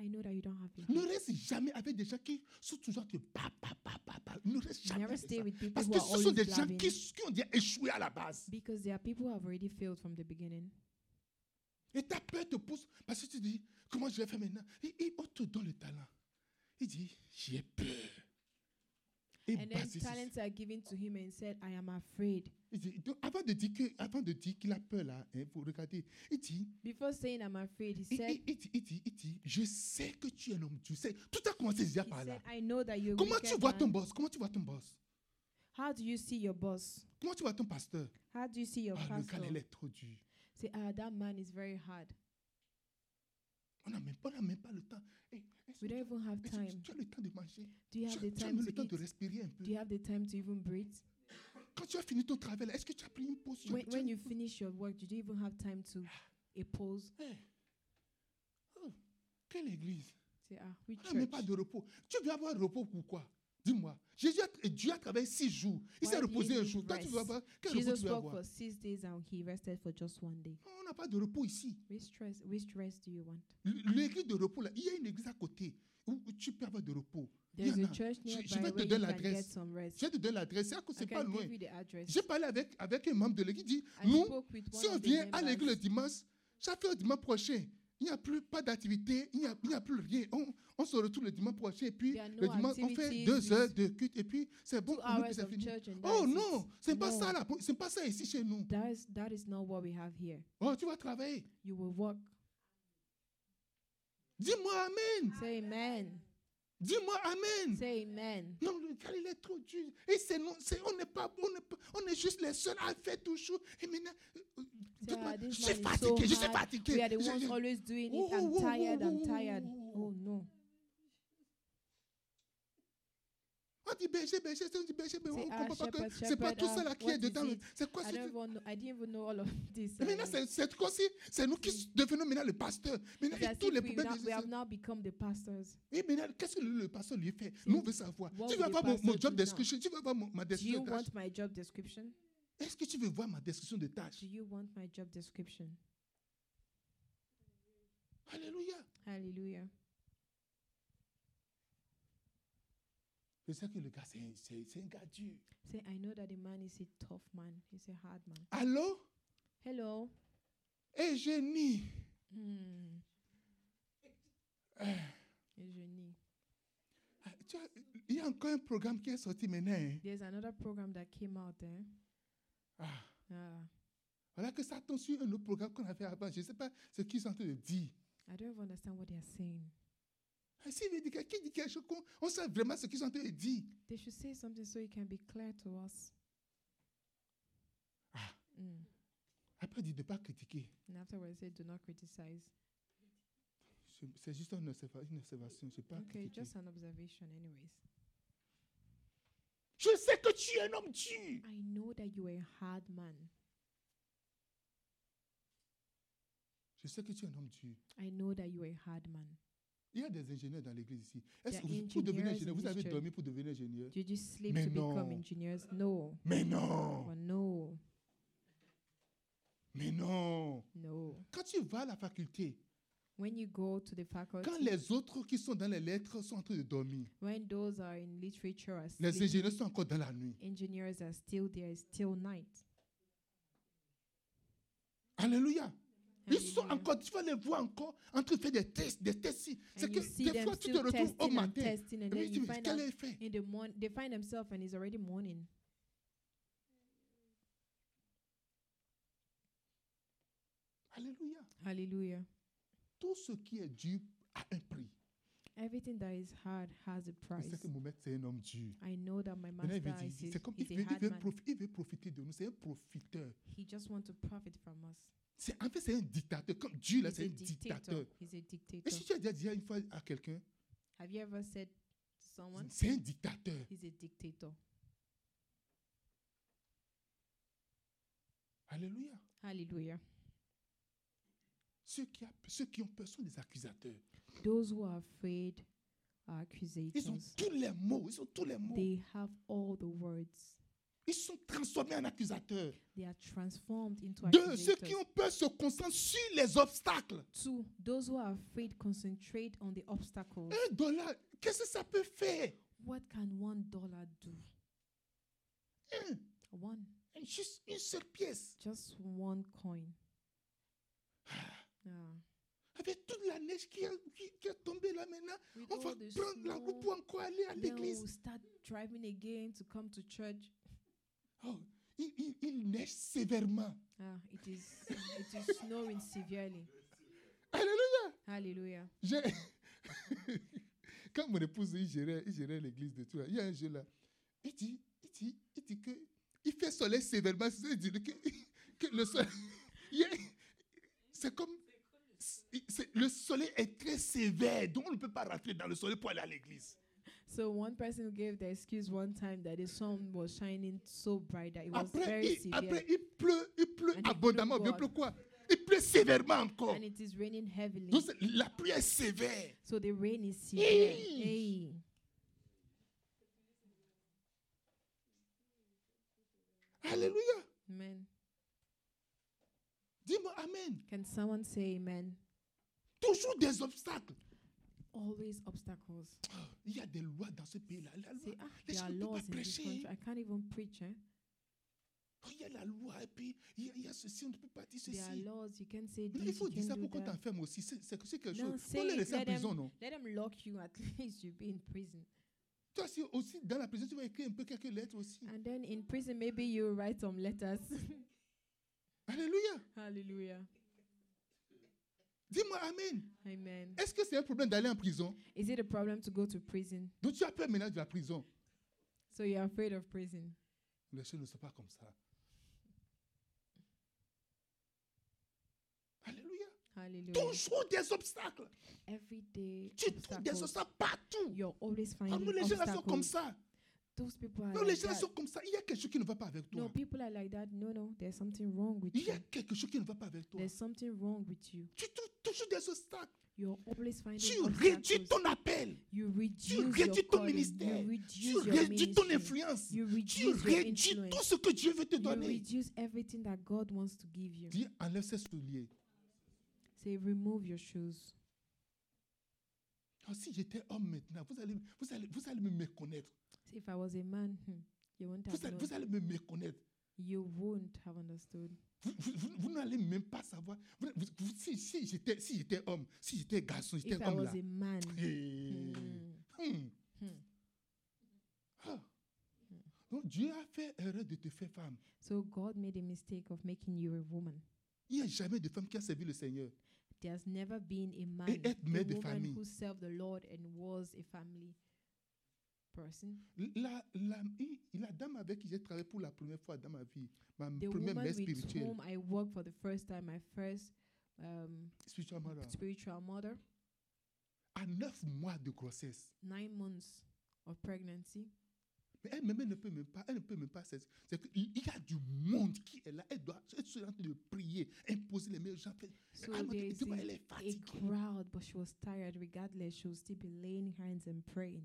S2: I know that you don't have a
S1: Ne
S2: heart.
S1: reste jamais avec des gens qui sont toujours te pa pa pa pa pa. Ne reste jamais
S2: Never
S1: avec
S2: stay
S1: ça.
S2: with people
S1: Parce
S2: who
S1: que
S2: are
S1: ce sont
S2: always
S1: des gens
S2: blabbing.
S1: qui, qui ont déjà échoué à la base.
S2: Because there are people who have already failed from the beginning.
S1: Et ta peur te pousse parce que tu dis, comment je vais faire maintenant Et, et on te donne le talent. Il dit, j'ai peur. Et
S2: And then
S1: basé sur ça.
S2: talents are given to him and said, I am afraid.
S1: Il dit, donc, avant de dire que- avant de dire qu'il a peur là, hein, vous regardez, il dit,
S2: Before saying I'm afraid, he
S1: il,
S2: said,
S1: il- il dit, il dit, il dit, je sais que tu es un homme, tu sais. Tout a commencé déjà
S2: he
S1: par
S2: said
S1: là.
S2: I know that you're a
S1: Comment
S2: wicked
S1: tu vois ton
S2: man.
S1: boss Comment tu vois ton boss
S2: How do you see your boss?
S1: Comment tu vois ton pasteur
S2: How do you see your
S1: Ah, le
S2: pastor?
S1: gars, il est trop dur.
S2: Say, ah, that man is very hard.
S1: On n'a même, pas- on n'a même pas le temps. Hey, est-ce
S2: We
S1: que
S2: don't even have
S1: tu- est-ce que
S2: time.
S1: tu as le temps de manger
S2: Do you
S1: Tu
S2: have
S1: as-
S2: the
S1: tu as
S2: time
S1: même
S2: to
S1: le temps
S2: eat?
S1: de respirer un peu.
S2: Do you have the time to even breathe?
S1: Quand tu as fini ton travail, là, est-ce que tu as pris une pause tu as-
S2: When,
S1: tu Ah. as-
S2: when you finish your work, did you even have time to a pause?
S1: Hey. Oh, quelle église
S2: Say, ah, which
S1: On n'a même
S2: church?
S1: pas de repos. Tu veux avoir repos pourquoi Dis-moi. Jésus a, et Dieu a travaillé six jours. Il
S2: Why
S1: s'est
S2: do you
S1: reposé un
S2: need
S1: jour. Toi, tu veux
S2: rest?
S1: avoir quel repos tu
S2: Jesus
S1: veux
S2: worked
S1: avoir
S2: for six days and he rested for just one day.
S1: Non, On n'a pas de repos ici.
S2: Which stress, which stress do you want?
S1: L- L'église de repos, là, il y a une église à côté où où tu peux avoir de repos. Il y
S2: There's
S1: en
S2: a
S1: a.
S2: church
S1: Je- je vais
S2: nearby
S1: te
S2: where
S1: donner
S2: you can get
S1: l'adresse.
S2: some rest.
S1: Je te donne l'adresse, c'est à cause-
S2: I
S1: c'est pas
S2: can
S1: loin.
S2: give you the address.
S1: J'ai parlé avec, avec un membre de l'église, il dit,
S2: I
S1: nous,
S2: spoke with one
S1: Si on
S2: of the
S1: vient à
S2: members.
S1: l'église le dimanche, chaque fois le dimanche prochain, il n'y a plus pas d'activité, il n'y a, il n'y a plus rien. On, on se retrouve le dimanche prochain et puis
S2: There are no
S1: le dimanche, on fait
S2: activities,
S1: deux
S2: it's
S1: heures de culte et puis c'est bon
S2: Two
S1: pour nous puis
S2: hours
S1: c'est
S2: of
S1: fini.
S2: church and
S1: Oh
S2: that's it.
S1: non, c'est pas
S2: No.
S1: ça là, c'est pas ça ici chez nous.
S2: That is, that is not what we have here.
S1: Oh, tu vas travailler.
S2: You will work.
S1: Dis-moi Amen.
S2: Say amen.
S1: Dis-moi Amen.
S2: Say amen.
S1: Non, le gars, il est trop dur. Et c'est non, c'est, on n'est pas, on est, on est juste les seuls à faire toujours. Et maintenant, euh, euh,
S2: Say,
S1: dites-moi,
S2: ah,
S1: je
S2: this
S1: suis
S2: man is so
S1: fatigué, je suis
S2: hard.
S1: fatigué.
S2: We are the
S1: Je-
S2: ones
S1: je-
S2: always doing
S1: Oh,
S2: it. I'm
S1: oh, oh,
S2: tired.
S1: oh,
S2: I'm
S1: oh,
S2: tired.
S1: oh, oh,
S2: Oh no.
S1: On dit berger, berger, on dit berger, mais
S2: C'est
S1: on ne
S2: ah,
S1: comprend pas que
S2: shepherd,
S1: c'est pas
S2: shepherd,
S1: tout ça
S2: ah,
S1: là qui
S2: what
S1: est
S2: is
S1: dedans.
S2: it?
S1: C'est quoi
S2: I
S1: ce
S2: don't even. I didn't even know all of this.
S1: Mais maintenant,
S2: um,
S1: c'est c'est quoi si c'est nous qui devenons maintenant le pasteur. Maintenant,
S2: it's
S1: et
S2: as
S1: tous
S2: if
S1: les
S2: we,
S1: problèmes.
S2: now-
S1: de-
S2: we have now become the pastors.
S1: Et maintenant, Eh, qu'est-ce que le, le pasteur lui fait
S2: C'est-
S1: Nous, on veut savoir.
S2: What
S1: Tu
S2: will
S1: veux
S2: the
S1: avoir mon, mon
S2: pastor
S1: job
S2: do now?
S1: description Tu veux avoir mon- ma
S2: Do you
S1: description de tâche
S2: want my job description?
S1: Est-ce que tu veux voir ma description de tâche
S2: Do you want my job description?
S1: Alléluia.
S2: Hallelujah.
S1: Je sais que le gars, c'est un, c'est- c'est un gars dur.
S2: Say, I know that the man is a tough man. He's a hard man.
S1: Allô? Eh,
S2: Hello.
S1: Eugénie.
S2: Hmm.
S1: Euh,
S2: Eugenie.
S1: ah, tu as- il y a encore un programme qui est sorti maintenant. hein.
S2: There's another program that came out there.
S1: Ah,
S2: Ah,
S1: voilà que ça tombe sur un autre programme qu'on avait avant. Je ne sais pas ce qu'ils sont en train de dire.
S2: I don't even understand what they are saying.
S1: Ah, S'il veut dire quelque- qui dit quelque chose, qu'on- on sait vraiment ce qu'ils sont en train de dire.
S2: They should say something so it can be clear to us.
S1: Ah.
S2: Mm.
S1: Après, dit de ne pas critiquer.
S2: And afterwards, say, do not criticize.
S1: C'est- C'est juste une observa- une observation. Je sais pas.
S2: Okay,
S1: critiquer.
S2: just an observation, anyways.
S1: Je sais que tu es un homme dur.
S2: I know that you are a hard man.
S1: Je sais que tu es un homme dur.
S2: I know that you are a hard man.
S1: Il y a des ingénieurs dans l'église ici. Est-ce
S2: There
S1: que
S2: are
S1: vous, pour devenir
S2: engineers
S1: ingénieur,
S2: in
S1: vous
S2: this
S1: avez
S2: church.
S1: dormi pour devenir ingénieur
S2: Did you sleep
S1: Mais
S2: to become
S1: non.
S2: engineers? No.
S1: Mais non
S2: Well, no.
S1: Mais non
S2: No.
S1: Quand tu vas à la faculté,
S2: When you go to the faculty,
S1: quand les autres qui sont dans les lettres sont en train de dormir,
S2: when those are in literature are
S1: les
S2: sleeping,
S1: ingénieurs sont encore dans la nuit.
S2: engineers are still there, it's still night.
S1: Alléluia Ils sont
S2: Hallelujah.
S1: encore, tu vas les voir encore en train de faire des tests, des tests. ci. C'est
S2: And
S1: que
S2: you see
S1: des
S2: them
S1: fois, tu te
S2: still
S1: retrouves au
S2: testing and
S1: matin.
S2: testing,
S1: Et
S2: and
S1: puis
S2: then
S1: tu
S2: you
S1: dis,
S2: find out
S1: quel est fait
S2: in the morning they find themselves and it's already morning.
S1: Alléluia
S2: Hallelujah.
S1: Tout ce qui est dur a un prix.
S2: Everything that is hard has a
S1: Je
S2: price.
S1: sais que Mohamed, c'est un homme dur.
S2: I know that my
S1: Maintenant,
S2: master
S1: il veut
S2: is,
S1: dire,
S2: a-
S1: c'est comme, il
S2: is
S1: veut,
S2: a
S1: il
S2: hard
S1: veut
S2: man.
S1: profi- il veut profiter de nous, c'est un profiteur.
S2: He just wants to profit from us.
S1: C'est- En fait, c'est un dictateur. Comme Dieu, là,
S2: He's
S1: c'est
S2: a
S1: un
S2: dictator.
S1: dictateur.
S2: He's a
S1: Et
S2: dictator.
S1: si tu as déjà dit une fois à quelqu'un,
S2: Have you ever said to someone,
S1: c'est un dictateur.
S2: he's a dictator?
S1: Alléluia.
S2: Hallelujah.
S1: Ceux qui, a- ceux qui ont peur sont des accusateurs.
S2: Those who are afraid
S1: Ils ont
S2: are accusations.
S1: tous les mots. Ils ont tous les mots.
S2: They have all the words.
S1: Ils sont transformés en accusateurs.
S2: They are transformed into
S1: Deux, ceux
S2: accusators.
S1: qui ont peur se concentrent sur les obstacles.
S2: Two, those who are afraid concentrate on the obstacles.
S1: Un dollar, qu'est-ce que ça peut faire
S2: What can one dollar do?
S1: Un,
S2: One,
S1: un- juste une seule pièce.
S2: just one coin. Ah.
S1: Avec toute la neige qui, est- qui- qui est tombée là maintenant,
S2: With
S1: on
S2: all
S1: va
S2: the
S1: prendre la route
S2: Oh, snow,
S1: pour encore aller à
S2: Then
S1: l'église.
S2: we'll start driving again to come to church.
S1: Oh, il, il- il neige sévèrement.
S2: Ah, it is it is snowing severely.
S1: Alléluia.
S2: Hallelujah.
S1: J'ai- Quand mon épouse il gérait, il gérait l'église de tout, là, il y a un jeu là. Il dit, il dit, il dit que il fait soleil sévèrement. c'est- Il dit que, que le soleil, il y a- c'est comme c'est- le soleil est très sévère, donc on ne peut pas rentrer dans le soleil pour aller à l'église.
S2: So one person gave the excuse one time that the sun was shining so bright that it was
S1: Après,
S2: very
S1: il,
S2: severe
S1: après il pleut, il pleut
S2: And it
S1: abondamment.
S2: blew
S1: Il pleut quoi Il pleut sévèrement encore.
S2: and it is raining heavily.
S1: Donc c'est- la pluie est sévère.
S2: So the rain is severe. Hey.
S1: Alléluia.
S2: Amen.
S1: Dis-moi Amen.
S2: Can someone say amen?
S1: Toujours des obstacles.
S2: Always obstacles.
S1: Il y a des lois dans ce pays-là. La loi.
S2: Say, ah,
S1: Les
S2: there
S1: gens
S2: are
S1: ne peuvent
S2: laws
S1: pas
S2: in this
S1: prêcher.
S2: country. I can't even preach. Eh?
S1: Oh, Il y a la loi, et puis il y a, il y a ceci, on ne peut pas dire
S2: There
S1: ceci.
S2: are laws. You can say
S1: Mais il
S2: this.
S1: faut
S2: You
S1: dire ça
S2: can
S1: pour
S2: do
S1: qu'on
S2: that.
S1: t'enferme aussi. C'est c'est- c'est quelque
S2: Non,
S1: chose.
S2: c'est-
S1: Faut les laisser en
S2: let them-
S1: prison, non
S2: Let them lock you. At least you'll be in prison.
S1: Toi aussi, aussi, dans la prison, tu vas écrire un peu quelques lettres aussi.
S2: And then in prison, maybe you write some letters. Ah.
S1: Alléluia.
S2: Hallelujah.
S1: Dis-moi Amen.
S2: Amen.
S1: Est-ce que c'est un problème d'aller en prison
S2: Is it a problem to go to prison?
S1: Donc tu as peur maintenant de la prison.
S2: So you're afraid of prison?
S1: Les choses ne sont pas comme ça. Alléluia.
S2: Hallelujah.
S1: Toujours des obstacles.
S2: Every day,
S1: Tu trouves des
S2: obstacles.
S1: obstacles partout.
S2: You're always
S1: Ah, mais
S2: finding
S1: les gens là sont comme
S2: obstacles.
S1: ça.
S2: Those people are
S1: Non, les
S2: like
S1: gens
S2: that.
S1: sont comme ça. Il y a quelque chose qui ne va pas avec
S2: No,
S1: toi.
S2: people are like that. No, no, there's something wrong with
S1: Il y
S2: you.
S1: a quelque chose qui ne va pas avec toi.
S2: There's something wrong with you.
S1: Tu trouves toujours des obstacles.
S2: You're always finding
S1: Tu réduis
S2: obstacles.
S1: ton appel.
S2: You
S1: Tu
S2: reduce your
S1: réduis ton
S2: calling.
S1: ministère. Tu
S2: You reduce your
S1: réduis ton
S2: ministry.
S1: influence.
S2: You
S1: Tu
S2: reduce your
S1: réduis
S2: influence.
S1: tout ce que Dieu veut te
S2: You
S1: donner.
S2: reduce everything that God wants to give you.
S1: Dis, enlève ces souliers.
S2: Say, remove your shoes.
S1: Ah, Oh, si j'étais homme maintenant, vous allez, vous allez, vous allez me méconnaître.
S2: If I was a man, hmm, you wouldn't have
S1: Vous allez,
S2: known.
S1: vous allez me méconnaître.
S2: You wouldn't have understood.
S1: Vous, vous- vous- vous n'allez même pas savoir. Vous- vous- vous- si si j'étais si j'étais homme, si j'étais garçon,
S2: If
S1: j'étais
S2: I
S1: homme
S2: was
S1: là.
S2: a man.
S1: Hey.
S2: Hmm.
S1: Hmm.
S2: Hmm.
S1: Ah. Donc Dieu a fait erreur de te faire femme.
S2: So God made a mistake of making you a woman.
S1: Il n'y a jamais de femme qui a servi le Seigneur.
S2: There's never been a man,
S1: être mère de
S2: a woman
S1: famille.
S2: who served the Lord and was a family person.
S1: La, la, il- la dame avec qui j'ai travaillé pour la première fois dans ma vie, ma
S2: The
S1: première
S2: woman
S1: mère
S2: Mm, with
S1: spirituelle,
S2: whom I worked for the first time, my first um,
S1: spiritual mother,
S2: spiritual mother,
S1: à neuf mois de grossesse.
S2: nine months of pregnancy.
S1: Mais elle-même, elle ne peut même pas, elle ne peut même pas. C'est c'est que il il y a du monde qui est là. Elle doit elle est en train de prier, imposer les meilleurs gens. faire-
S2: So
S1: Ah, mon
S2: there
S1: Dieu,
S2: is
S1: tu vois,
S2: a,
S1: elle est
S2: a
S1: fatiguée.
S2: crowd, but she was tired. Regardless, she would still be laying hands and praying.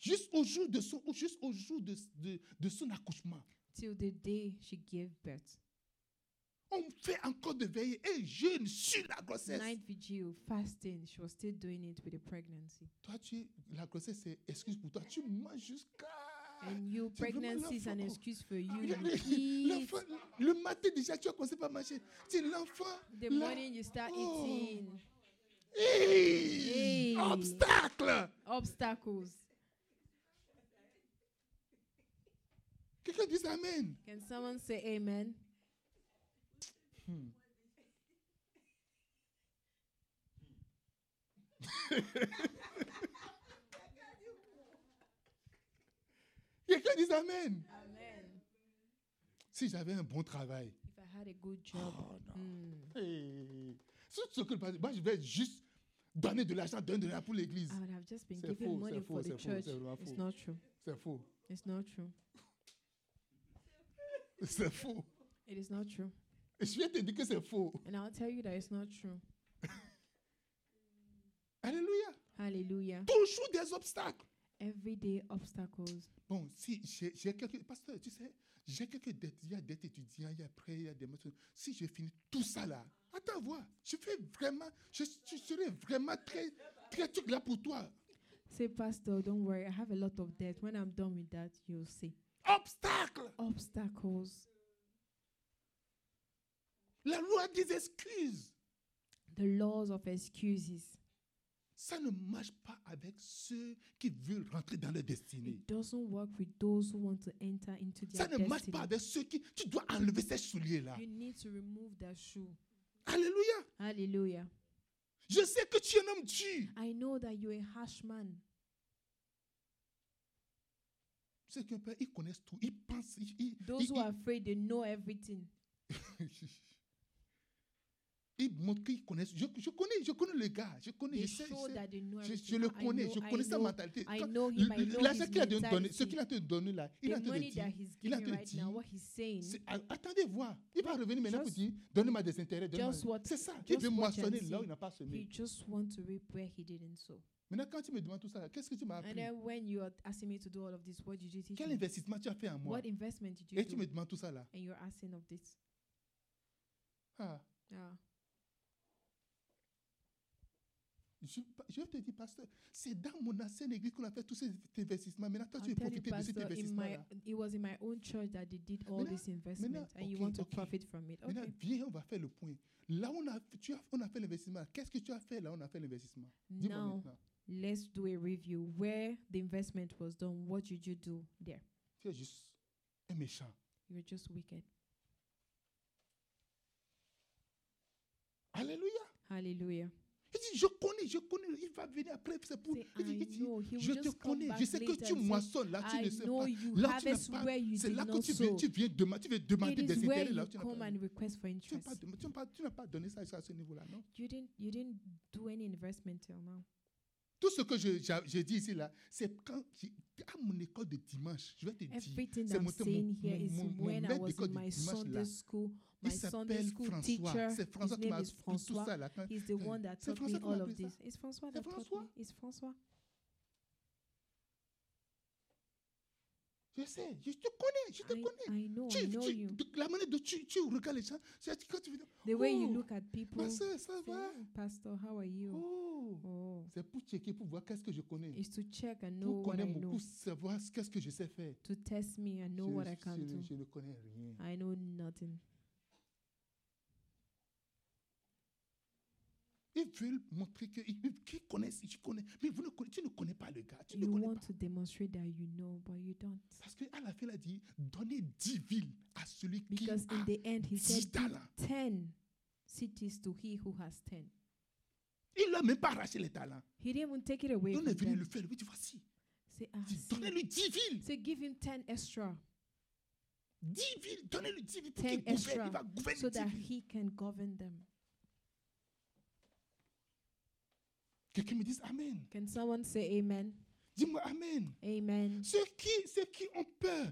S1: Juste au jour de son, juste au jour de, de, de son accouchement,
S2: Till the day she gave birth.
S1: on fait encore de veiller et jeûne sur la grossesse.
S2: Night vigil, fasting, she was still doing it with the pregnancy.
S1: Toi, tu, la grossesse, c'est excuse pour toi. Tu manges jusqu'à.
S2: And you,
S1: c'est vraiment
S2: pregnancy is an
S1: l'enfant.
S2: excuse for you.
S1: Regardez,
S2: You eat.
S1: l'enfant, le matin déjà, tu as commencé par manger. C'est l'enfant.
S2: The
S1: là.
S2: morning you start
S1: Oh.
S2: eating.
S1: Hey!
S2: Hey.
S1: Obstacle!
S2: Obstacles.
S1: Quelqu'un dit Amen.
S2: Can someone say amen?
S1: Hmm. Quelqu'un dit Amen.
S2: Amen.
S1: Si j'avais un bon travail.
S2: If I had a good job.
S1: Oh, non.
S2: mm,
S1: Hey. Si tu t'occupes pas de- moi je vais juste donner de l'argent, donner de l'argent pour l'église.
S2: I would have just been
S1: C'est
S2: giving
S1: faux,
S2: money
S1: c'est
S2: for
S1: faux,
S2: the
S1: c'est faux,
S2: church.
S1: c'est vraiment
S2: It's
S1: faux.
S2: not true.
S1: C'est faux.
S2: It's not true.
S1: C'est faux.
S2: It is not true.
S1: Et je viens te dire que c'est faux.
S2: And I'll tell you that it's not true.
S1: Alléluia.
S2: Hallelujah.
S1: Toujours des obstacles.
S2: Everyday obstacles.
S1: Bon, si j'ai j'ai quelques. Pasteur, tu sais, j'ai quelques dettes. Il y a des étudiants, il y a après, il y a des maîtres. Si je finis tout ça là, attends, voir. Je fais vraiment. Je, je serai vraiment très, très truc là pour toi.
S2: Say, Pastor, don't worry. I have a lot of debt. When I'm done with that, you'll see.
S1: Obstacle.
S2: Obstacles.
S1: La loi des excuses.
S2: The laws of excuses.
S1: Ça ne marche pas avec ceux qui veulent rentrer dans leur destinée.
S2: It doesn't work with those who want to enter into their
S1: Ça ne marche
S2: destiny.
S1: pas avec ceux qui. Tu dois enlever ces souliers là.
S2: You need to remove that shoe.
S1: Alléluia.
S2: Hallelujah.
S1: Je sais que tu es un homme dur.
S2: I know that you're a harsh man.
S1: Ceux qui ont peur, ils connaissent tout. Ils pensent. Ils, ils-
S2: Those
S1: ils-
S2: who are afraid, they know everything.
S1: ils montrent qu'ils connaissent. Je, je connais, je connais le gars. Je connais,
S2: They
S1: je sais. je
S2: show
S1: sais.
S2: that they know
S1: Je,
S2: everything.
S1: je le
S2: I
S1: connais,
S2: know-
S1: je
S2: I
S1: connais sa
S2: know-
S1: mentalité.
S2: I
S1: Toi,
S2: know him, I know
S1: L'argent
S2: his
S1: qu'il a te donné, ce
S2: mentality.
S1: qu'il a te donné là, il a
S2: The
S1: te
S2: money that
S1: dit.
S2: he's
S1: il a
S2: giving
S1: te
S2: right now,
S1: dit-
S2: what he's saying,
S1: c'est- a- Attendez voir. Il va revenir maintenant pour
S2: Just-
S1: dire donnez-moi des intérêts. donnez-moi-
S2: just what-
S1: C'est ça.
S2: just
S1: Il veut
S2: what
S1: moissonner
S2: Gen Z-
S1: là où il n'a pas
S2: he
S1: semé.
S2: just wants to reap where he didn't sow.
S1: Maintenant, quand tu me demandes tout ça, qu'est-ce que tu m'as
S2: And
S1: appris
S2: then when you are asking me to do all of this, what did you teach
S1: Quel
S2: me?
S1: investissement tu as fait en moi
S2: What investment did you
S1: Et tu me
S2: do?
S1: demandes tout ça là.
S2: And you're asking of this.
S1: Ah,
S2: Ah,
S1: je, je te dis, pasteur, c'est dans mon ancienne église qu'on a fait tous ces investissements. Maintenant, toi,
S2: I'll
S1: tu veux
S2: tell you,
S1: profiter de cet
S2: Pastor, in
S1: investissement
S2: my,
S1: là.
S2: it was in my own church that they did all
S1: Maintenant-
S2: this investment, and you
S1: okay,
S2: want to
S1: okay.
S2: profit from it.
S1: Maintenant,
S2: Okay.
S1: viens, on va faire le point. Là, on a, tu as- on a fait l'investissement. Qu'est-ce que tu as fait là On a fait l'investissement. Dis-moi
S2: Now,
S1: maintenant.
S2: let's do a review where the investment was done. What did you do there?
S1: Tu es juste un méchant.
S2: You're just wicked.
S1: Alléluia.
S2: Hallelujah.
S1: Il dit, je connais, je connais. Il va venir après. C'est pour.
S2: Say,
S1: Il dit, il
S2: I
S1: dit,
S2: know. He will
S1: je te
S2: just come
S1: connais.
S2: back
S1: Je sais
S2: later
S1: que tu
S2: and say,
S1: moissonnes. Là, tu ne
S2: I
S1: sais
S2: know
S1: pas. Là,
S2: you
S1: tu n'as
S2: harvest
S1: pas.
S2: where you
S1: C'est
S2: did
S1: là que
S2: not
S1: tu viens,
S2: sow.
S1: tu viens demain, tu viens demander
S2: It is
S1: des
S2: where
S1: intérêts là
S2: you
S1: où tu n'as pas
S2: come
S1: donné.
S2: and request for
S1: Tu n'as pas
S2: interest.
S1: dem- tu n'as pas- tu n'as pas donné ça à ce niveau-là, non
S2: You didn't. You didn't do any investment till now.
S1: Tout ce que je- j'a- j'ai dit ici, là, c'est quand j'ai- à mon école de dimanche, je vais te dire,
S2: Everything
S1: c'est
S2: I'm
S1: mon- mon-
S2: saying here
S1: mon-
S2: is
S1: mon- mon
S2: when I
S1: maître
S2: was
S1: d'école
S2: in
S1: du
S2: my
S1: dimanche,
S2: Sunday
S1: là,
S2: school. My
S1: il
S2: Sunday
S1: s'appelle
S2: school
S1: François.
S2: teacher.
S1: C'est François
S2: His
S1: qui
S2: name
S1: m'a
S2: is
S1: appris tout ça
S2: François.
S1: là. Quand-
S2: He's the
S1: euh,
S2: one that
S1: c'est
S2: taught me
S1: François qui m'a
S2: all of
S1: appris ça.
S2: this. It's Francois
S1: C'est
S2: that taught me.
S1: François.
S2: It's Francois.
S1: Je sais, je te connais, je te
S2: I,
S1: connais.
S2: I know, I
S1: Tu,
S2: know
S1: tu-
S2: you.
S1: de- la manière dont tu, tu regardes les gens, c'est quand tu veux dire,
S2: The way you
S1: Oh,
S2: look at people.
S1: ma soeur, ça
S2: say,
S1: va.
S2: Pastor, how are you?
S1: Oh.
S2: Oh.
S1: C'est pour checker, pour voir qu'est-ce que je connais.
S2: It's to check and know
S1: Pour
S2: what I
S1: connaître
S2: know.
S1: beaucoup, savoir ce- qu'est-ce que je sais faire.
S2: To test me and know
S1: je,
S2: what I
S1: je-
S2: can
S1: je-
S2: do.
S1: je ne connais rien.
S2: I know nothing.
S1: Ils veulent montrer que- ils- qu'ils connaissent, ils connaissent. Mais vous ne conna- tu ne connais pas le gars, tu ne
S2: You
S1: connais
S2: want
S1: pas.
S2: to demonstrate that you know, but you don't.
S1: Parce qu'à la fin, il a dit, donnez 10 villes à celui qui a
S2: Because in the end, he
S1: 10
S2: said, "Give
S1: talents.
S2: 10 cities to he who has 10.
S1: Il n'a même pas arraché les talents.
S2: He didn't even take it away.
S1: On est
S2: From
S1: venu le
S2: them.
S1: faire. Oui, tu vois, si.
S2: Say, ah,
S1: Dis,
S2: see.
S1: Donnez-lui 10 villes.
S2: Say, give him 10 extra
S1: 10 villes. Donnez-lui 10 villes pour
S2: 10
S1: qu'il gouverne.
S2: extra,
S1: Il va gouverner
S2: so
S1: 10
S2: that
S1: villes.
S2: he can govern them.
S1: Quelqu'un me dise Amen.
S2: Can someone say amen?
S1: Dis-moi Amen.
S2: Amen.
S1: Ceux qui, ceux qui ont peur,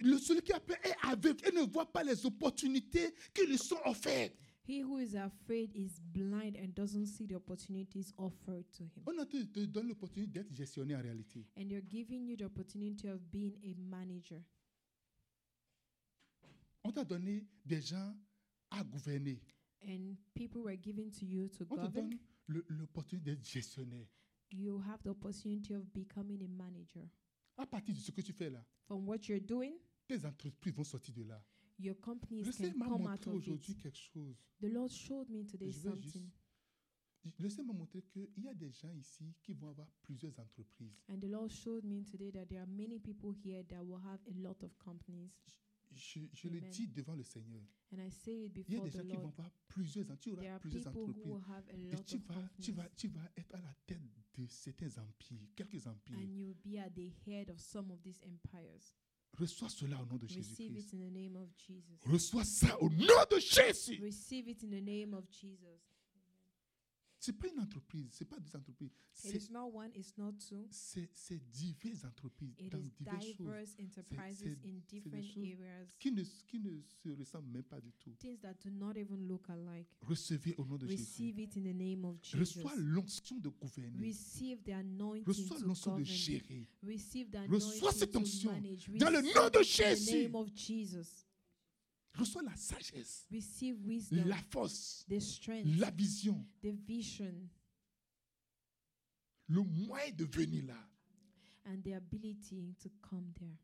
S1: le, celui qui a peur est aveugle et ne voit pas les opportunités qui lui sont offertes.
S2: He who is afraid is blind and doesn't see the opportunities offered to him.
S1: On a te, te donne l'opportunité d'être gestionnaire en réalité.
S2: And they're giving you the opportunity of being a manager.
S1: On t'a donné des gens à gouverner.
S2: And people were given to you to
S1: On te
S2: govern.
S1: donne le- l'opportunité d'être gestionnaire.
S2: You have the opportunity of becoming a manager.
S1: À partir de ce que tu fais là,
S2: From what you're doing,
S1: tes entreprises vont sortir de là.
S2: your
S1: Le
S2: companies can
S1: Seigneur m'a
S2: come out
S1: montré
S2: of it.
S1: aujourd'hui quelque chose.
S2: The Lord showed me today
S1: Je veux juste.
S2: something.
S1: Le Seigneur m'a montré qu'il y a des gens ici qui vont avoir plusieurs entreprises.
S2: And the Lord showed me today that there are many people here that will have a lot of companies.
S1: Je, je le
S2: Amen.
S1: dis devant le Seigneur.
S2: And I say it
S1: Il y a
S2: before
S1: des
S2: the
S1: gens qui vont
S2: Lord.
S1: avoir plusieurs, en- tu auras
S2: There are
S1: plusieurs
S2: people who
S1: entreprises.
S2: will have a
S1: Et
S2: lot
S1: tu
S2: of
S1: vas, tu, vas,
S2: companies.
S1: tu vas être à la tête de certains empires, quelques empires.
S2: And you'll be at the head of some of these empires.
S1: Reçois cela au nom de
S2: Receive it
S1: Jésus-Christ.
S2: in the name of Jesus.
S1: Reçois ça au nom de Jésus.
S2: Receive it in the name of Jesus.
S1: Ce n'est pas une entreprise, ce n'est pas des entreprises.
S2: It
S1: C'est-
S2: is not one, it's not two.
S1: C'est c'est diverses entreprises
S2: It
S1: dans
S2: is
S1: diverses choses
S2: diverse enterprises
S1: c'est-
S2: in
S1: des
S2: different
S1: choses
S2: areas,
S1: qui ne, qui ne se ressemblent même pas du tout.
S2: things that do not even look alike.
S1: Recevez au nom de Jésus.
S2: Receive it in the name of Jesus.
S1: Reçois l'onction de gouverner.
S2: Receive the anointing
S1: Reçois
S2: to
S1: l'onction de
S2: govern.
S1: gérer.
S2: Receive the
S1: Reçois
S2: anointing
S1: cette
S2: to
S1: onction
S2: manage.
S1: dans le nom de
S2: Receive it In
S1: Jésus.
S2: the name of Jesus.
S1: Reçois la sagesse,
S2: Receive wisdom,
S1: la force,
S2: the strength,
S1: la vision,
S2: the vision,
S1: le moyen de venir là.
S2: and the ability to come there.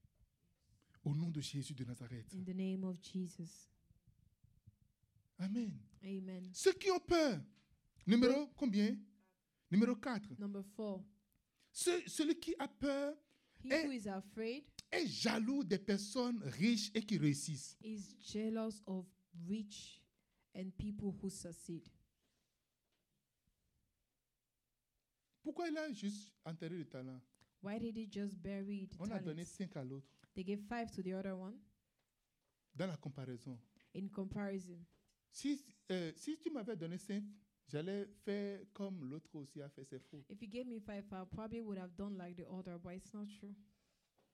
S1: Au nom de Jésus de Nazareth.
S2: In the name of Jesus.
S1: Amen.
S2: Amen.
S1: Ceux qui ont peur. Numéro combien Numéro 4.
S2: Number four.
S1: celui qui a peur
S2: He
S1: Eh.
S2: who is afraid
S1: est jaloux des personnes riches et qui réussissent.
S2: is jealous of rich and people who succeed.
S1: Pourquoi il a juste enterré le talent
S2: Why did he just bury the
S1: On a donné
S2: talents?
S1: cinq à l'autre
S2: They gave five to the other one
S1: dans la comparaison.
S2: in comparison.
S1: Si, euh, si tu m'avais donné cinq, j'allais faire comme l'autre aussi a fait ses fautes.
S2: If you gave me five, I probably would have done like the other, but it's not true.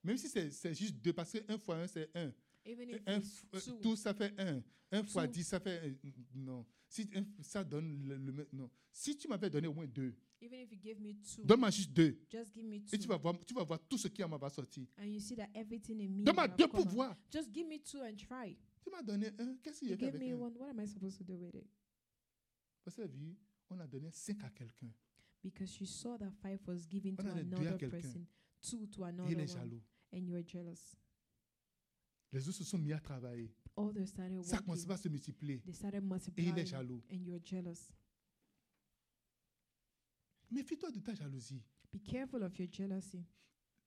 S1: Même si c'est c'est juste deux, parce que un fois un, c'est un.
S2: Even if
S1: Un
S2: it's
S1: f- euh,
S2: uh, two,
S1: tout, ça fait un. Un fois
S2: Two.
S1: dix, ça fait un. Non. Si, un f- ça donne le, le même- Non. Si tu m'avais donné au moins deux,
S2: even if you gave me two,
S1: donne-moi juste deux.
S2: just give me
S1: Et tu vas
S2: two,
S1: voir, tu vas voir tout ce qui en m'a sorti.
S2: and you see that everything in me. will
S1: Donne-moi
S2: have
S1: deux
S2: come out.
S1: pouvoirs.
S2: Just give me two and try.
S1: Tu m'as donné un. Qu'est-ce qu'il y
S2: You
S1: a fait
S2: gave
S1: avec
S2: me
S1: un
S2: one. What am I supposed to do with it?
S1: Vous avez vu, on a donné cinq à quelqu'un.
S2: Because you saw that five was given
S1: On
S2: to
S1: a donné deux à
S2: another
S1: quelqu'un.
S2: person, two to
S1: Et
S2: another
S1: il est
S2: one,
S1: jaloux.
S2: and you are jealous.
S1: Les autres se sont mis à travailler.
S2: Others started
S1: Ça commence
S2: working.
S1: pas à se multiplier.
S2: They started
S1: Et il est
S2: multiplying,
S1: jaloux.
S2: and you're jealous.
S1: Méfie-toi de ta jalousie.
S2: Be careful of your jealousy.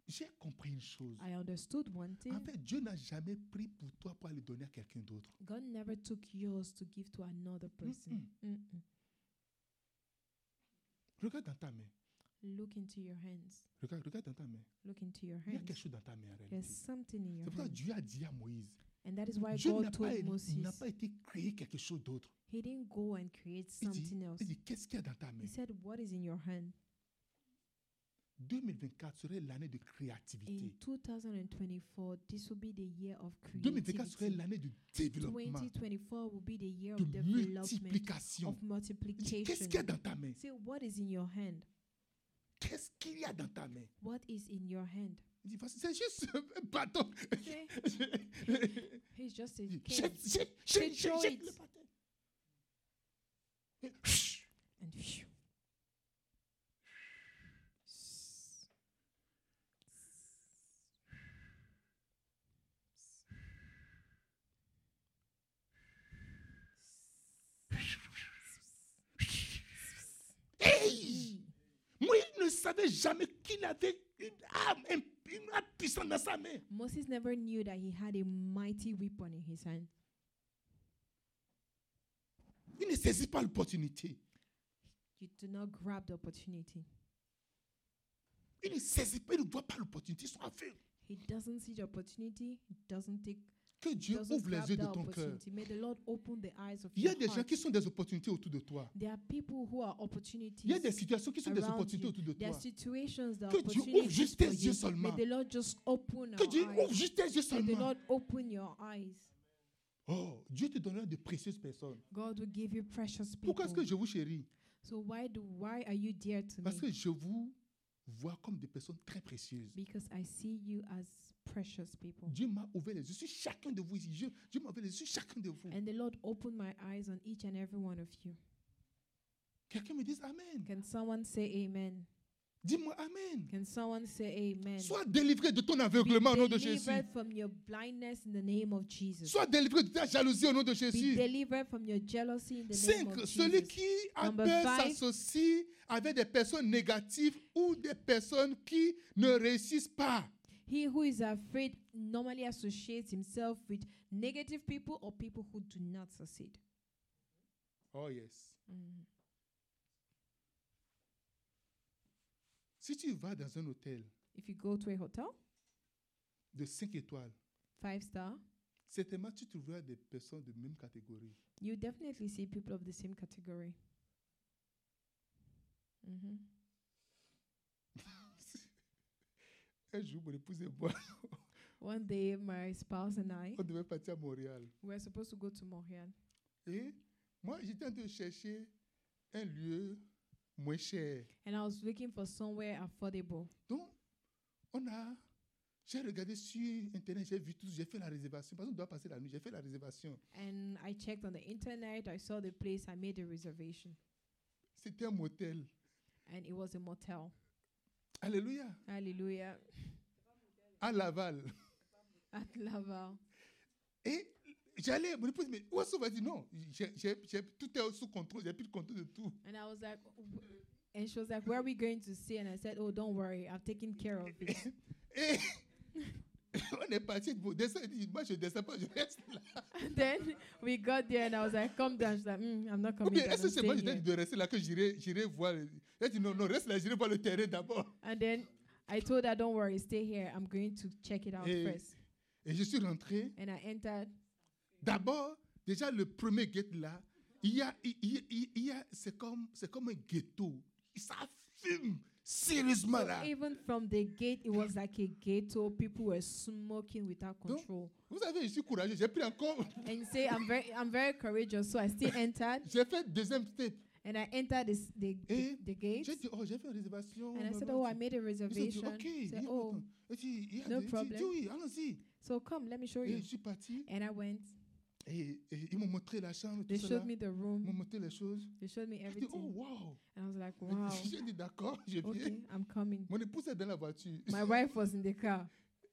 S1: J'ai compris une chose.
S2: I understood one thing.
S1: En fait, Dieu n'a jamais pris pour toi pour aller donner à quelqu'un d'autre. Mm,
S2: God never took yours to give to another person. Mm-mm.
S1: Regarde dans ta main.
S2: Look into your hands.
S1: Regarde, regarde dans ta main.
S2: Look into your
S1: Il y a quelque
S2: hands.
S1: chose dans ta main en réalité.
S2: There's something in
S1: C'est
S2: your
S1: pourquoi
S2: hands.
S1: Dieu a dit à Moïse,
S2: And that is why
S1: Dieu n'a
S2: God
S1: pas,
S2: told
S1: n'a
S2: Moses,
S1: pas été créé quelque chose d'autre.
S2: he didn't go and create
S1: Il dit,
S2: something else.
S1: il dit, qu'est-ce qu'il y a dans ta main
S2: He said, What is in your hand?
S1: 2024 serait l'année de
S2: In
S1: créativité.
S2: 2024, this will be the year of
S1: 2024 serait
S2: creativity.
S1: l'année du développement,
S2: 2024 will be the year of
S1: de
S2: development,
S1: multiplication.
S2: of
S1: Il dit, Qu'est-ce qu'il y a
S2: multiplication.
S1: dans ta main
S2: Say, What is in your hand?
S1: Qu'est-ce qu'il y a dans ta main
S2: What is in your hand?
S1: Il dit, Voici, c'est juste un bâton.
S2: See,
S1: Il
S2: he's just a
S1: dit,
S2: kid.
S1: Jette, jette, jette, jette,
S2: throw
S1: jette
S2: it.
S1: le bâton. Et chut,
S2: And phew.
S1: hey! Moi, il ne savait jamais qu'il avait une arme, un- une arme puissante dans sa main.
S2: Moses never knew that he had a mighty weapon in his hand.
S1: Il ne saisit pas l'opportunité.
S2: You do not grab the opportunity.
S1: Il ne saisit pas, il ne voit pas l'opportunité. Sois aveugle.
S2: He doesn't see the opportunity. He doesn't take.
S1: Que Dieu
S2: doesn't
S1: ouvre
S2: grab
S1: les yeux de
S2: that
S1: ton cœur.
S2: opportunity. May the Lord open the eyes of
S1: Il y
S2: your
S1: a des gens
S2: heart.
S1: qui sont des opportunités autour de toi.
S2: There are people who are opportunities.
S1: Il y a des situations qui sont des
S2: around
S1: opportunités
S2: you.
S1: autour de
S2: There are
S1: toi.
S2: situations that
S1: Que
S2: are
S1: Dieu ouvre
S2: opportunities
S1: juste
S2: for
S1: tes
S2: you.
S1: yeux seulement.
S2: May the Lord just open
S1: Que
S2: our
S1: Dieu
S2: eyes.
S1: ouvre juste tes yeux
S2: May the
S1: seulement.
S2: Lord open your eyes.
S1: Oh, Dieu te donnera de précieuses personnes.
S2: God will give you precious people.
S1: Pourquoi est-ce que je vous chéris
S2: So why do why are you dear to
S1: Parce que
S2: me?
S1: je vous vois comme des personnes très précieuses.
S2: Because I see you as precious people.
S1: Dieu m'a ouvert les yeux sur chacun de vous. ici. Dieu, Dieu m'a ouvert les yeux sur chacun de vous.
S2: And the Lord opened my eyes on each and every one of you.
S1: Quelqu'un me dise Amen.
S2: Can someone say amen?
S1: Dis-moi Amen.
S2: Can someone say amen?
S1: Sois délivré de ton
S2: Be
S1: aveuglement au nom de Jésus.
S2: delivered from your blindness in the name of Jesus.
S1: Sois délivré de ta jalousie au nom de
S2: Be
S1: Jésus.
S2: delivered from your jealousy in the name
S1: 5.
S2: of
S1: Celui
S2: Jesus.
S1: qui a
S2: Number
S1: peur
S2: five.
S1: s'associe avec des personnes négatives ou des personnes qui ne réussissent pas.
S2: He who is afraid normally associates himself with negative people or people who do not succeed.
S1: Oh yes. Si tu vas dans un hôtel
S2: If you go to a hotel,
S1: de 5 étoiles,
S2: five star,
S1: certainement tu trouveras des personnes de même catégorie.
S2: you definitely see people of the same category. Mhm.
S1: Un jour, mon épouse et moi,
S2: One day, my spouse and I
S1: on devait partir à Montréal.
S2: we were supposed to go to Montreal,
S1: Et moi, j'étais en train de chercher un lieu moins cher.
S2: and I was looking for somewhere affordable.
S1: Donc, on a. J'ai regardé sur Internet, j'ai vu tout, j'ai fait la réservation. Parce qu'on doit passer la nuit, j'ai fait la réservation.
S2: And I checked on the internet. I saw the place. I made a reservation,
S1: C'était un motel.
S2: and it was a motel.
S1: Alléluia.
S2: Hallelujah!
S1: À Laval.
S2: At Laval.
S1: Et j'allais, mon épouse, mais où est-ce qu'on va dire non j'ai, j'ai- j'ai- Tout est sous contrôle, j'ai plus de contrôle de tout.
S2: And I was like, "W- and she was like, where are we going to stay? And I said, oh, don't worry, I've taken care of it.
S1: Et on est parti, bon, descend, il dit, moi je descends pas, je reste là.
S2: and then we got there, and I was like, come down. She's like, mm, I'm not
S1: Ou
S2: coming
S1: bien
S2: down.
S1: est-ce que
S2: I'm
S1: c'est moi je
S2: staying here.
S1: dois rester là que j'irai, j'irai voir. le- Elle dit non, non, reste là, j'irai voir le terrain d'abord.
S2: And then I told her, don't worry, stay here. I'm going to check it out
S1: Eh.
S2: first.
S1: Et je suis rentré.
S2: And I entered.
S1: D'abord, déjà le premier gate là, il y a, il, il- il- il y a c'est, comme, c'est comme un ghetto. Ça fume sérieusement
S2: So
S1: là.
S2: even from the gate, it was like a ghetto. People were smoking without
S1: Don't-
S2: control.
S1: Vous savez, je suis courageux, j'ai pris encore,
S2: And you say, I'm very, I'm very courageous. So I still entered,
S1: j'ai fait deuxième step.
S2: and I entered this, the,
S1: Eh.
S2: the, the gate.
S1: J'ai dit, oh, j'ai fait une réservation.
S2: And I said,
S1: blablabla.
S2: oh, I made a
S1: Ils ont dit,
S2: reservation.
S1: ok,
S2: I
S1: il y a
S2: said, oh,
S1: autant. Et puis, il y a des-
S2: no
S1: il dit,
S2: problem.
S1: dis oui, allons-y.
S2: so come, let me show
S1: Et
S2: you.
S1: je suis parti
S2: And I went.
S1: et, et ils m'ont montré la chambre, tout
S2: They
S1: cela.
S2: showed me the
S1: Ils m'ont
S2: room.
S1: montré les choses.
S2: They showed me
S1: J'ai dit, Mm-hmm. oh,
S2: everything.
S1: wow.
S2: And I was like, wow.
S1: J'ai dit, d'accord, je viens.
S2: Okay, I'm coming.
S1: Mon épouse est dans la voiture.
S2: My wife was in the car.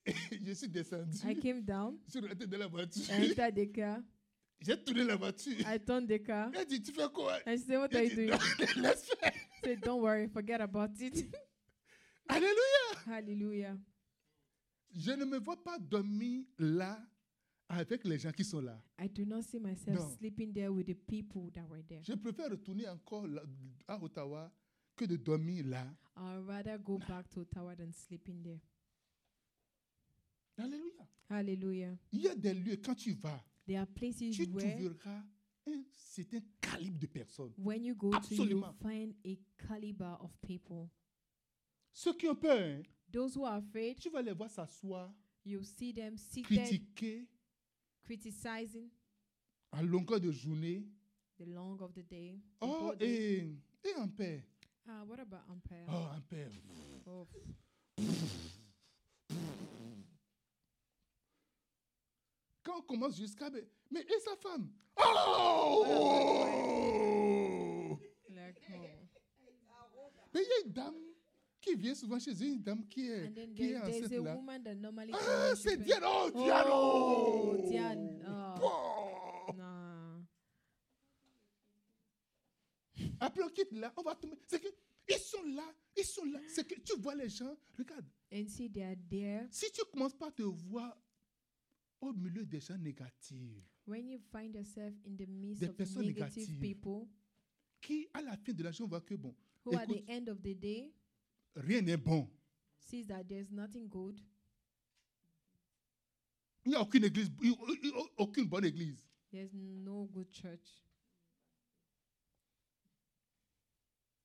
S1: je suis descendu.
S2: I came down.
S1: Je suis rentré dans la voiture.
S2: I entered the car.
S1: J'ai tourné la voiture.
S2: I turned the car.
S1: Elle dit, tu fais quoi
S2: And she said, What are
S1: J'ai
S2: you
S1: dit,
S2: doing?
S1: non, laisse faire.
S2: She said, Don't worry, forget about it.
S1: Alléluia.
S2: Hallelujah.
S1: Je ne me vois pas dormir là avec les gens qui sont là.
S2: I do not see myself
S1: No.
S2: sleeping there with the people that were there.
S1: Je préfère retourner encore là- à Ottawa que de dormir là.
S2: I'd rather go back to Ottawa than sleeping there.
S1: Alléluia.
S2: Hallelujah.
S1: Il y a des lieux, quand tu vas,
S2: There are places
S1: tu
S2: where
S1: trouveras un certain calibre de personnes.
S2: when you go to, you
S1: Absolument.
S2: find a caliber of people.
S1: Ceux qui ont peur, hein,
S2: Those who are afraid,
S1: tu vas les voir s'asseoir,
S2: you see them seated,
S1: critiquer
S2: criticizing
S1: à longueur de journée.
S2: the long of the day. the
S1: Oh,
S2: whole day.
S1: et, et en paix.
S2: Ah, what about umpire?
S1: Oh, en paix.
S2: Oh, pff.
S1: Quand on commence jusqu'à. ben, Mais et sa femme Oh
S2: Like, oh.
S1: Mais il y a une dame qui vient souvent chez eux, une dame qui est,
S2: And then
S1: qui
S2: there,
S1: est
S2: there's a
S1: enceinte là.
S2: woman that normally.
S1: Ah, c'est Diane Oh, Diane
S2: Oh,
S1: oh.
S2: Diane, oh.
S1: Bon.
S2: Nah.
S1: Après, on quitte là, on va tomber. C'est que. Ils sont là, ils sont là. C'est que tu vois les gens. Regarde,
S2: And see, they are there.
S1: si tu commences pas à te voir au milieu des gens négatifs,
S2: When you find yourself in the midst
S1: Des
S2: of
S1: personnes
S2: negative
S1: négatives.
S2: people
S1: qui à la fin de la journée voit que bon,
S2: who at the
S1: Écoute.
S2: end of the day
S1: rien n'est bon.
S2: sees that there's nothing good,
S1: Il n'y a aucune église, il- il- il- aucune bonne église.
S2: there's no good church.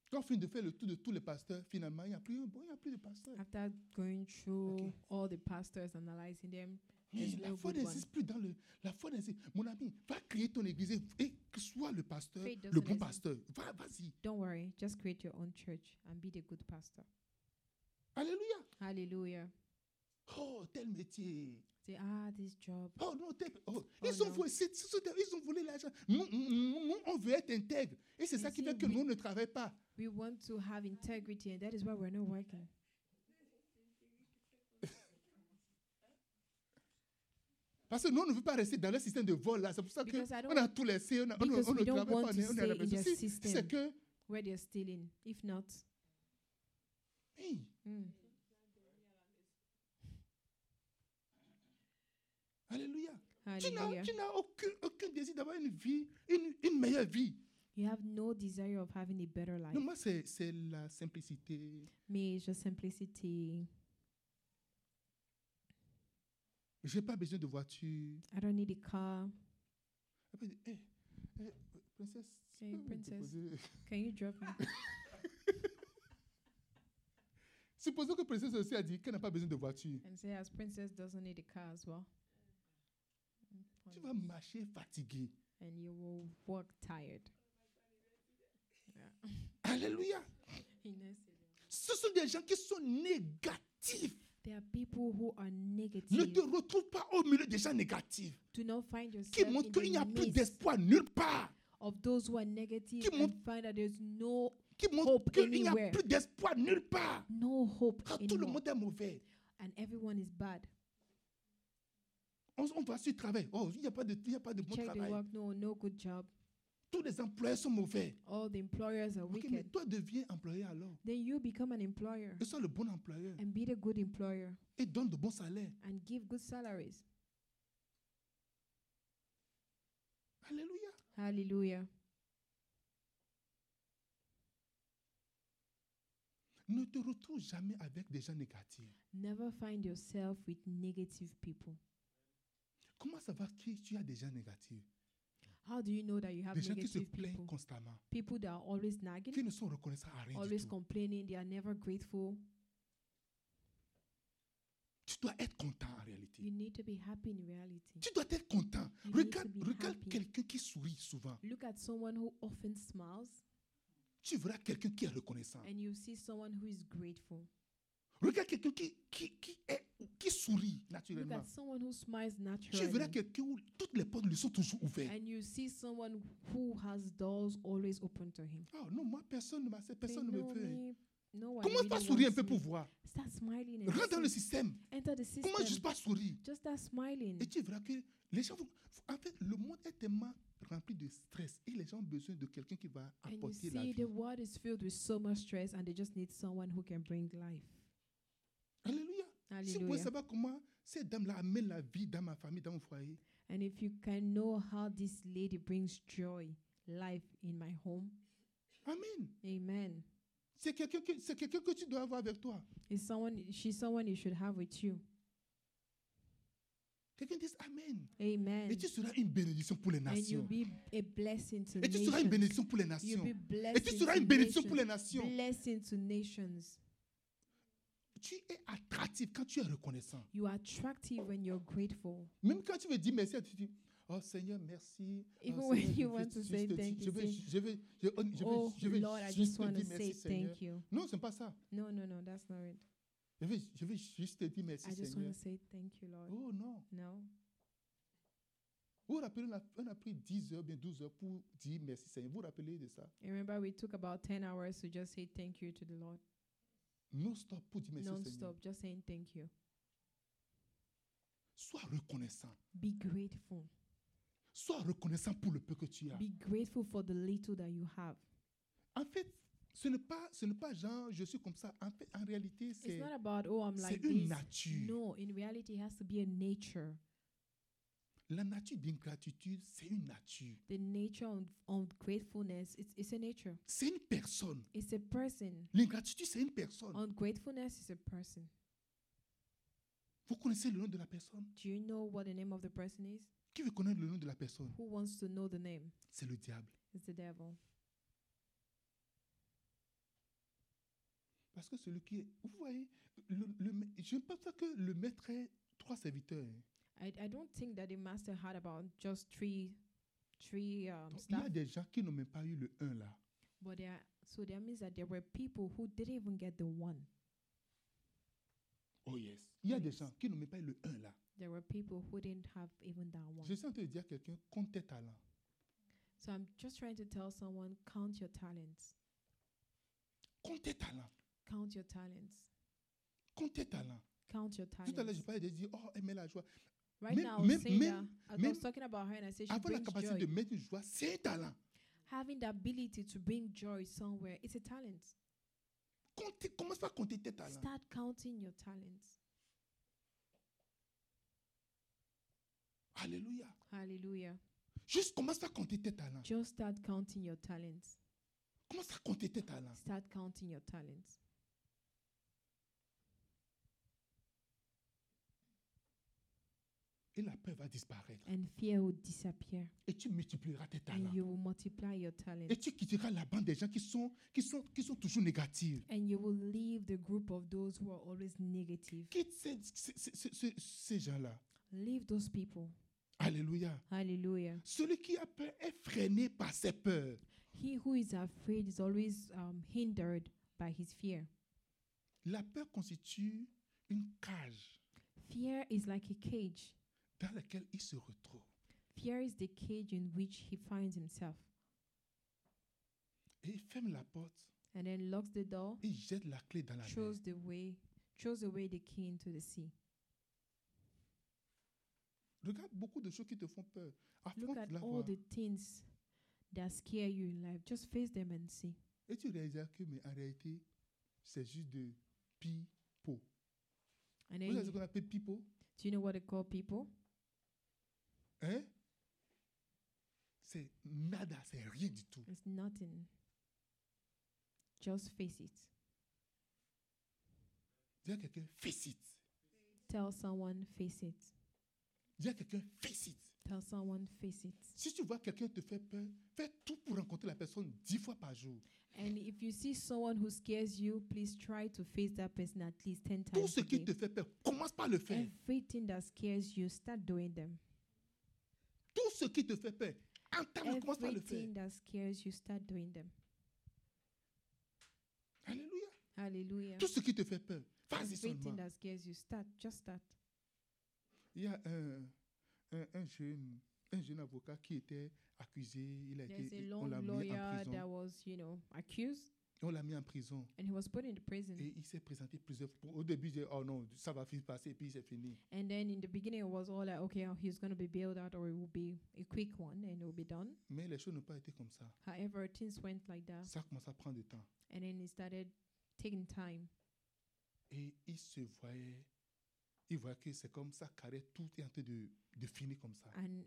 S1: Quand on finit de faire le tour de tous les pasteurs, finalement, il n'y a plus un bon, il n'y a plus de pasteurs.
S2: After going through
S1: Okay.
S2: all the pastors, analyzing them,
S1: Mais
S2: there's
S1: la
S2: no
S1: foi
S2: good
S1: n'existe
S2: one.
S1: plus dans le. La foi n'existe. Mon ami, va créer ton église et- et que soit le pasteur,
S2: Faith
S1: le
S2: doesn't
S1: bon
S2: exist.
S1: pasteur. Va, vas-y.
S2: Don't worry, just create your own church and be the good pastor.
S1: Alléluia.
S2: Hallelujah.
S1: Oh, tel métier.
S2: Say, ah, this job.
S1: Oh non, tel. oh,
S2: Oh,
S1: ils, ont
S2: non.
S1: volé, c'est- c'est- c'est- ils ont volé l'argent. Nous, nous, nous, on veut être intègre. Et c'est
S2: Mais
S1: ça qui
S2: si,
S1: fait que
S2: oui.
S1: nous, on ne travaille pas.
S2: We want to have integrity, and that is why we're not working.
S1: Parce que nous, on ne veut pas rester dans le système de vol là. C'est pour ça
S2: Because I don't-
S1: qu'on a tout laissé, on, a- on, ne-
S2: because
S1: on
S2: we
S1: ne
S2: don't
S1: travaille pas,
S2: want
S1: on
S2: to
S1: est on est à la
S2: stay in
S1: maison.
S2: their
S1: Si-
S2: system.
S1: C'est que,
S2: Where they're stealing. If not,
S1: hey,
S2: mm,
S1: alléluia. Tu n'as
S2: hallelujah.
S1: tu n'as aucun, aucun désir d'avoir une vie, une, une meilleure vie.
S2: You have no desire of having a better life.
S1: Non, moi, c'est c'est la simplicité.
S2: Me, it's just simplicity.
S1: Je n'ai pas besoin de voiture.
S2: I don't need a car.
S1: Après, je dis, hey, hey, eh, princesse. tu
S2: Hey,
S1: peux me
S2: princess.
S1: déposer?
S2: Can you drop me?
S1: Supposons que princesse aussi a dit qu'elle n'a pas besoin de voiture.
S2: and say, as princess doesn't need a car as well. Mm,
S1: Tu
S2: fine.
S1: vas marcher fatigué.
S2: And you will walk tired.
S1: Alléluia. Ce sont des gens qui sont négatifs.
S2: There are people who are
S1: Ne
S2: negative.
S1: te retrouve pas au milieu des gens négatifs.
S2: Do not find
S1: qui
S2: yourself
S1: montre
S2: in
S1: qu'il n'y a
S2: the
S1: plus
S2: midst
S1: d'espoir nulle part,
S2: of those who are negative
S1: Qui
S2: and
S1: montre-
S2: find that there's no
S1: qui montre
S2: Hope
S1: qu'il n'y a
S2: anywhere.
S1: plus d'espoir nulle part.
S2: no hope
S1: Quand Ah, tout le
S2: anymore.
S1: monde est mauvais,
S2: And everyone is bad.
S1: on, on va sur le travail. Oh, il n'y a pas de, il n'y a pas de bon
S2: Check the
S1: travail.
S2: work. No, no good job.
S1: Tous les employés sont mauvais.
S2: All the employers are
S1: Ok, mais
S2: wicked.
S1: toi deviens employé alors.
S2: Then you become an employer
S1: Et sois le bon employeur
S2: and be the good employer
S1: et donne de bons salaires.
S2: and give good salaries.
S1: Alléluia.
S2: Hallelujah.
S1: Ne te retrouve jamais avec des gens négatifs.
S2: Never find yourself with negative people.
S1: Comment savoir qui tu as des gens négatifs
S2: How do you know that you have
S1: Des gens qui se
S2: negative
S1: plaignent
S2: people?
S1: constamment,
S2: People that are always nagging,
S1: qui ne sont reconnaissants à rien du
S2: always
S1: tout.
S2: complaining, they are never grateful.
S1: Tu dois être content en réalité.
S2: You need to be happy in reality.
S1: Tu dois être content.
S2: You need to
S1: Regarde,
S2: be
S1: regarde
S2: happy.
S1: quelqu'un qui sourit souvent.
S2: Look at someone who often smiles
S1: Tu verras quelqu'un qui est reconnaissant.
S2: and you see someone who is grateful.
S1: Regarde quelqu'un qui, qui, qui, est, qui sourit
S2: Look
S1: naturellement.
S2: at someone who smiles
S1: Tu verras
S2: naturally
S1: quelqu'un où toutes les portes lui sont toujours ouvertes.
S2: and you see someone who has doors always open to him.
S1: Oh non, moi, personne ne m'a- cette
S2: Say,
S1: personne ne me
S2: "No,
S1: veut. hein.
S2: me, no one
S1: Comment
S2: really
S1: pas sourire un
S2: wants
S1: peu pour
S2: me."
S1: voir
S2: Start smiling and
S1: Rentre dans le
S2: see.
S1: système.
S2: enter the system.
S1: Comment juste pas sourire
S2: Just start smiling.
S1: Et tu verras que les gens vont. En fait, le monde est tellement rempli de stress et les gens ont besoin de quelqu'un qui va
S2: And you
S1: apporter la
S2: see,
S1: vie.
S2: the world is filled with so much stress, and they just need someone who can bring life.
S1: Alléluia. Si vous pouvez
S2: Hallelujah.
S1: savoir comment cette dame-là amène la vie dans ma famille, dans mon foyer,
S2: And if you can know how this lady brings joy, life in my home,
S1: Amen.
S2: amen.
S1: C'est quelqu'un que, c'est quelqu'un que tu dois avoir avec toi.
S2: Is someone she's someone you should have with you,
S1: Quelqu'un dit Amen. Et
S2: amen.
S1: tu seras une bénédiction pour les
S2: And you
S1: nations.
S2: be a blessing to
S1: Et tu seras une
S2: nations.
S1: bénédiction pour les
S2: You
S1: nations.
S2: be
S1: Et tu
S2: blessing
S1: seras
S2: to
S1: une bénédiction pour les
S2: nations.
S1: nations.
S2: Blessing to nations.
S1: Tu es attractif quand tu es reconnaissant.
S2: You are attractive when you're grateful.
S1: Même quand tu veux dire merci, tu dis Oh Seigneur, merci. Oh,
S2: Even
S1: Seigneur,
S2: when
S1: je
S2: you
S1: veux
S2: want to
S1: juste
S2: say
S1: te-
S2: thank
S1: je
S2: you,
S1: veux-
S2: say,
S1: je veux- je- oh, je veux-
S2: Oh
S1: je veux
S2: Lord, I
S1: juste
S2: just
S1: te
S2: want to
S1: dire merci,
S2: say
S1: Seigneur.
S2: thank you.
S1: Non, ce n'est pas ça.
S2: No, no, no, that's not it.
S1: Je veux, je veux juste te dire merci,
S2: I just want
S1: Seigneur.
S2: to say thank you, Lord.
S1: Oh non.
S2: No,
S1: Vous vous rappelez, on a, on a pris 10 heures, bien 12 heures pour dire merci Seigneur. Vous vous rappelez de ça
S2: You remember, we took about 10 hours to just say thank you to the Lord
S1: Non stop pour dire merci
S2: non
S1: Seigneur.
S2: stop, just saying thank you.
S1: Sois reconnaissant.
S2: Be grateful.
S1: Sois reconnaissant pour le peu que tu as.
S2: Be grateful for the little that you have.
S1: En fait, ce n'est pas, ce n'est pas genre je suis comme ça. En fait, en réalité, c'est
S2: It's not about, oh, I'm
S1: c'est
S2: like
S1: une
S2: this.
S1: nature.
S2: No, in reality, it has to be a nature.
S1: La nature d'ingratitude, c'est une nature.
S2: The nature of, of gratefulness, it's, it's a nature.
S1: C'est une personne.
S2: It's a person.
S1: L'ingratitude, c'est une personne.
S2: Oh. Ungratefulness is a person.
S1: Vous connaissez le nom de la personne
S2: Do you know what the name of the person is?
S1: Qui veut connaître le nom de la personne
S2: Who wants to know the name?
S1: C'est le diable.
S2: It's the devil.
S1: Parce que celui qui est. Vous voyez, le, le ma- je ne pense pas que le maître est trois serviteurs. hein.
S2: I, I don't think that the master had about just three, three um,
S1: Donc, il y
S2: staff,
S1: a des gens qui n'ont même pas eu le 1 là.
S2: but there, so that means that there were people who didn't even get the one.
S1: Oh yes. Il y a des
S2: Yes.
S1: gens qui n'ont même pas eu le 1 là.
S2: There were people who didn't have even that one.
S1: Je suis en train de dire à quelqu'un compte tes talents.
S2: so I'm just trying to tell someone count your talents.
S1: Compte tes talents.
S2: Count your talents.
S1: Compte tes talents.
S2: Count your
S1: Tout à l'heure, je
S2: talents.
S1: parlais de dire Oh, aimez la joie.
S2: Right
S1: Même-
S2: now, I was
S1: même-
S2: saying
S1: même-
S2: that as I was
S1: même
S2: talking about her, and I said she
S1: Avoir la
S2: brings
S1: capacité
S2: joy.
S1: de mettre une joie, c'est un talent.
S2: Having the ability to bring joy somewhere, it's a talent.
S1: Compte, commence par compter tes talents.
S2: Start counting your talents.
S1: Alléluia.
S2: Hallelujah.
S1: Juste commence par compter tes talents.
S2: Just start counting your talents.
S1: Commence à compter tes talents.
S2: Start counting your talents.
S1: Et la peur va disparaître.
S2: And fear will disappear.
S1: Et tu multiplieras tes
S2: And
S1: talents.
S2: you will multiply your
S1: Et
S2: talents.
S1: tu quitteras la bande des gens qui sont, qui sont, qui sont toujours négatifs.
S2: And you will leave the group of those who are always negative.
S1: Quitte ces, ces- ces- ces- ces- ces gens-là.
S2: Leave those people.
S1: Alléluia.
S2: Hallelujah.
S1: Celui qui a peur est freiné par ses peurs.
S2: He who is afraid is always um, hindered by his fear.
S1: La peur constitue une cage
S2: Fear is like a cage.
S1: dans laquelle il se retrouve.
S2: Fear is the cage in which he finds himself.
S1: Et il ferme la porte
S2: And then locks the door,
S1: et il jette la clé dans la mer.
S2: throws the way, throws away the key into the sea.
S1: Regarde beaucoup de choses qui te font peur.
S2: Look
S1: Affronte
S2: at
S1: la voie.
S2: all the things that scare you in life. Just face them and see.
S1: Et tu réalises que, mais en réalité, c'est juste de pipo.
S2: And
S1: Vous
S2: then,
S1: savez ce
S2: you-
S1: qu'on appelle pipo
S2: do you know what they call people?
S1: Hein C'est nada, c'est rien du tout.
S2: It's nothing. Just face it.
S1: Dis à quelqu'un, face it.
S2: Tell someone, face it.
S1: Dis à quelqu'un, face it.
S2: Tell someone, face it.
S1: Si tu vois quelqu'un te fait peur, fais tout pour rencontrer la personne dix fois par jour.
S2: And if you see someone who scares you, please try to face that person at least 10
S1: Tout
S2: times.
S1: ce
S2: a
S1: qui te
S2: day.
S1: fait peur, commence par le faire.
S2: Everything that scares you, start doing them.
S1: Tout ce qui te fait peur, entame, commence par le faire.
S2: Everything that scares you, start doing them.
S1: Alléluia.
S2: Hallelujah.
S1: Tout ce qui te fait peur, vas-y
S2: Everything
S1: seulement.
S2: that scares you, start. Just start.
S1: Il y a un, un, un jeune, un jeune avocat qui était accusé. Il a
S2: There's
S1: été,
S2: a
S1: on
S2: long
S1: l'a mis en
S2: lawyer
S1: prison.
S2: that was, you know, accused
S1: On l'a mis en prison.
S2: and he was put into prison.
S1: Et il s'est présenté plusieurs fois. Au début, j'ai dit, oh non, ça va finir passer, et puis c'est fini.
S2: And then in the beginning, it was all like, okay, oh, he's going to be bailed out or it will be a quick one and it will be done.
S1: Mais les choses n'ont pas été comme ça.
S2: However, things went like that.
S1: Ça a commencé à prendre du temps.
S2: And then it started taking time.
S1: Et il se voyait, il voyait que c'est comme ça, carré, tout est en train de, de finir comme ça.
S2: And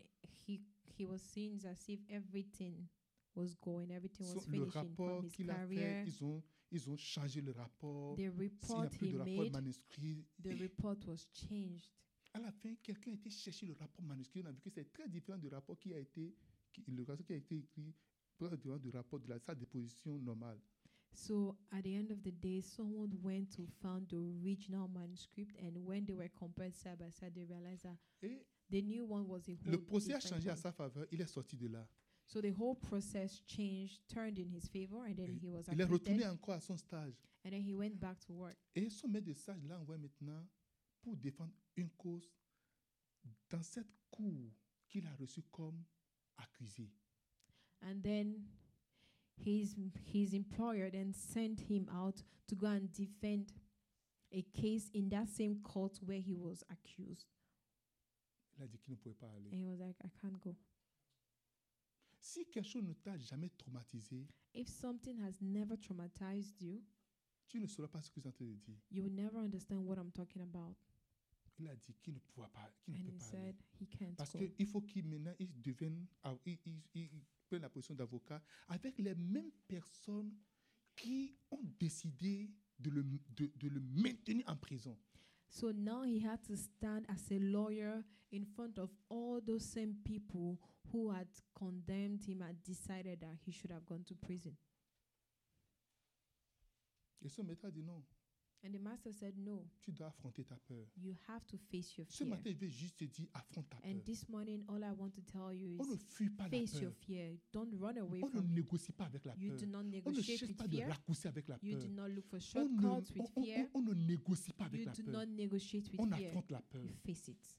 S2: he he was seen as if everything was going, everything was
S1: Son- le
S2: finishing
S1: rapport
S2: from his
S1: qu'il a fait,
S2: career.
S1: ils ont, ils ont changé le rapport.
S2: The
S1: S'il n'y a
S2: report
S1: plus
S2: he
S1: de rapport
S2: made,
S1: manuscrit.
S2: the report was changed.
S1: À la fin, quelqu'un a été chercher le rapport manuscrit. On a vu que c'est très différent du rapport qui a été, qui- le rapport qui a été écrit, très différent du rapport de la, sa déposition normale.
S2: So at the end of the day, someone went to found the original manuscript, and when they were compared side by side, they realized that
S1: Et
S2: the new one was a whole
S1: le procès a
S2: different
S1: changé à
S2: one.
S1: sa faveur. Il est sorti de là.
S2: So the whole process changed, turned in his favor, and then
S1: Et
S2: he was
S1: Il est retourné
S2: acquitted,
S1: encore à son stage.
S2: and then he went back to work.
S1: Et son maître de stage l'a envoyé maintenant pour défendre une cause dans cette cour qu'il a reçu comme accusé.
S2: And then his, his employer then sent him out to go and defend a case in that same court where he was accused.
S1: Il a dit qu'il ne pouvait pas aller.
S2: And he was like, I can't go.
S1: Si quelque chose ne t'a jamais traumatisé,
S2: If something has never traumatized you,
S1: tu ne sauras pas ce que je suis en train de dire.
S2: you will never understand what I'm talking about.
S1: Il a dit qu'il ne pouvait pas, qu'il ne
S2: And
S1: peut
S2: he
S1: pas aller.
S2: said he can't
S1: Parce
S2: go.
S1: qu'il faut qu'il maintenant, il devienne, ah, il, il- il- il prenne la position d'avocat avec les mêmes personnes qui ont décidé de le, de- de le maintenir en prison.
S2: So now he had to stand as a lawyer in front of all those same people who had condemned him and decided that he should have gone to prison.
S1: Et son maître a dit non,
S2: And the master said, No,
S1: tu dois affronter ta peur.
S2: you have to face your
S1: Ce
S2: fear.
S1: matin, je vais juste te dire, affronte ta
S2: And
S1: peur.
S2: this morning, all I want to tell you
S1: On ne
S2: is
S1: fuit pas la
S2: face your
S1: peur.
S2: fear. Don't run away
S1: On ne
S2: from it.
S1: négocie pas avec la
S2: You
S1: peur.
S2: do not
S1: On ne
S2: negotiate
S1: cherche pas
S2: with
S1: de
S2: fear.
S1: raccourcis avec la
S2: You
S1: peur.
S2: do not look for
S1: On ne,
S2: shortcuts with
S1: on- on-
S2: fear.
S1: on- on ne négocie pas avec
S2: You
S1: la
S2: do
S1: peur.
S2: not negotiate
S1: On
S2: with fear.
S1: affronte la peur.
S2: You face it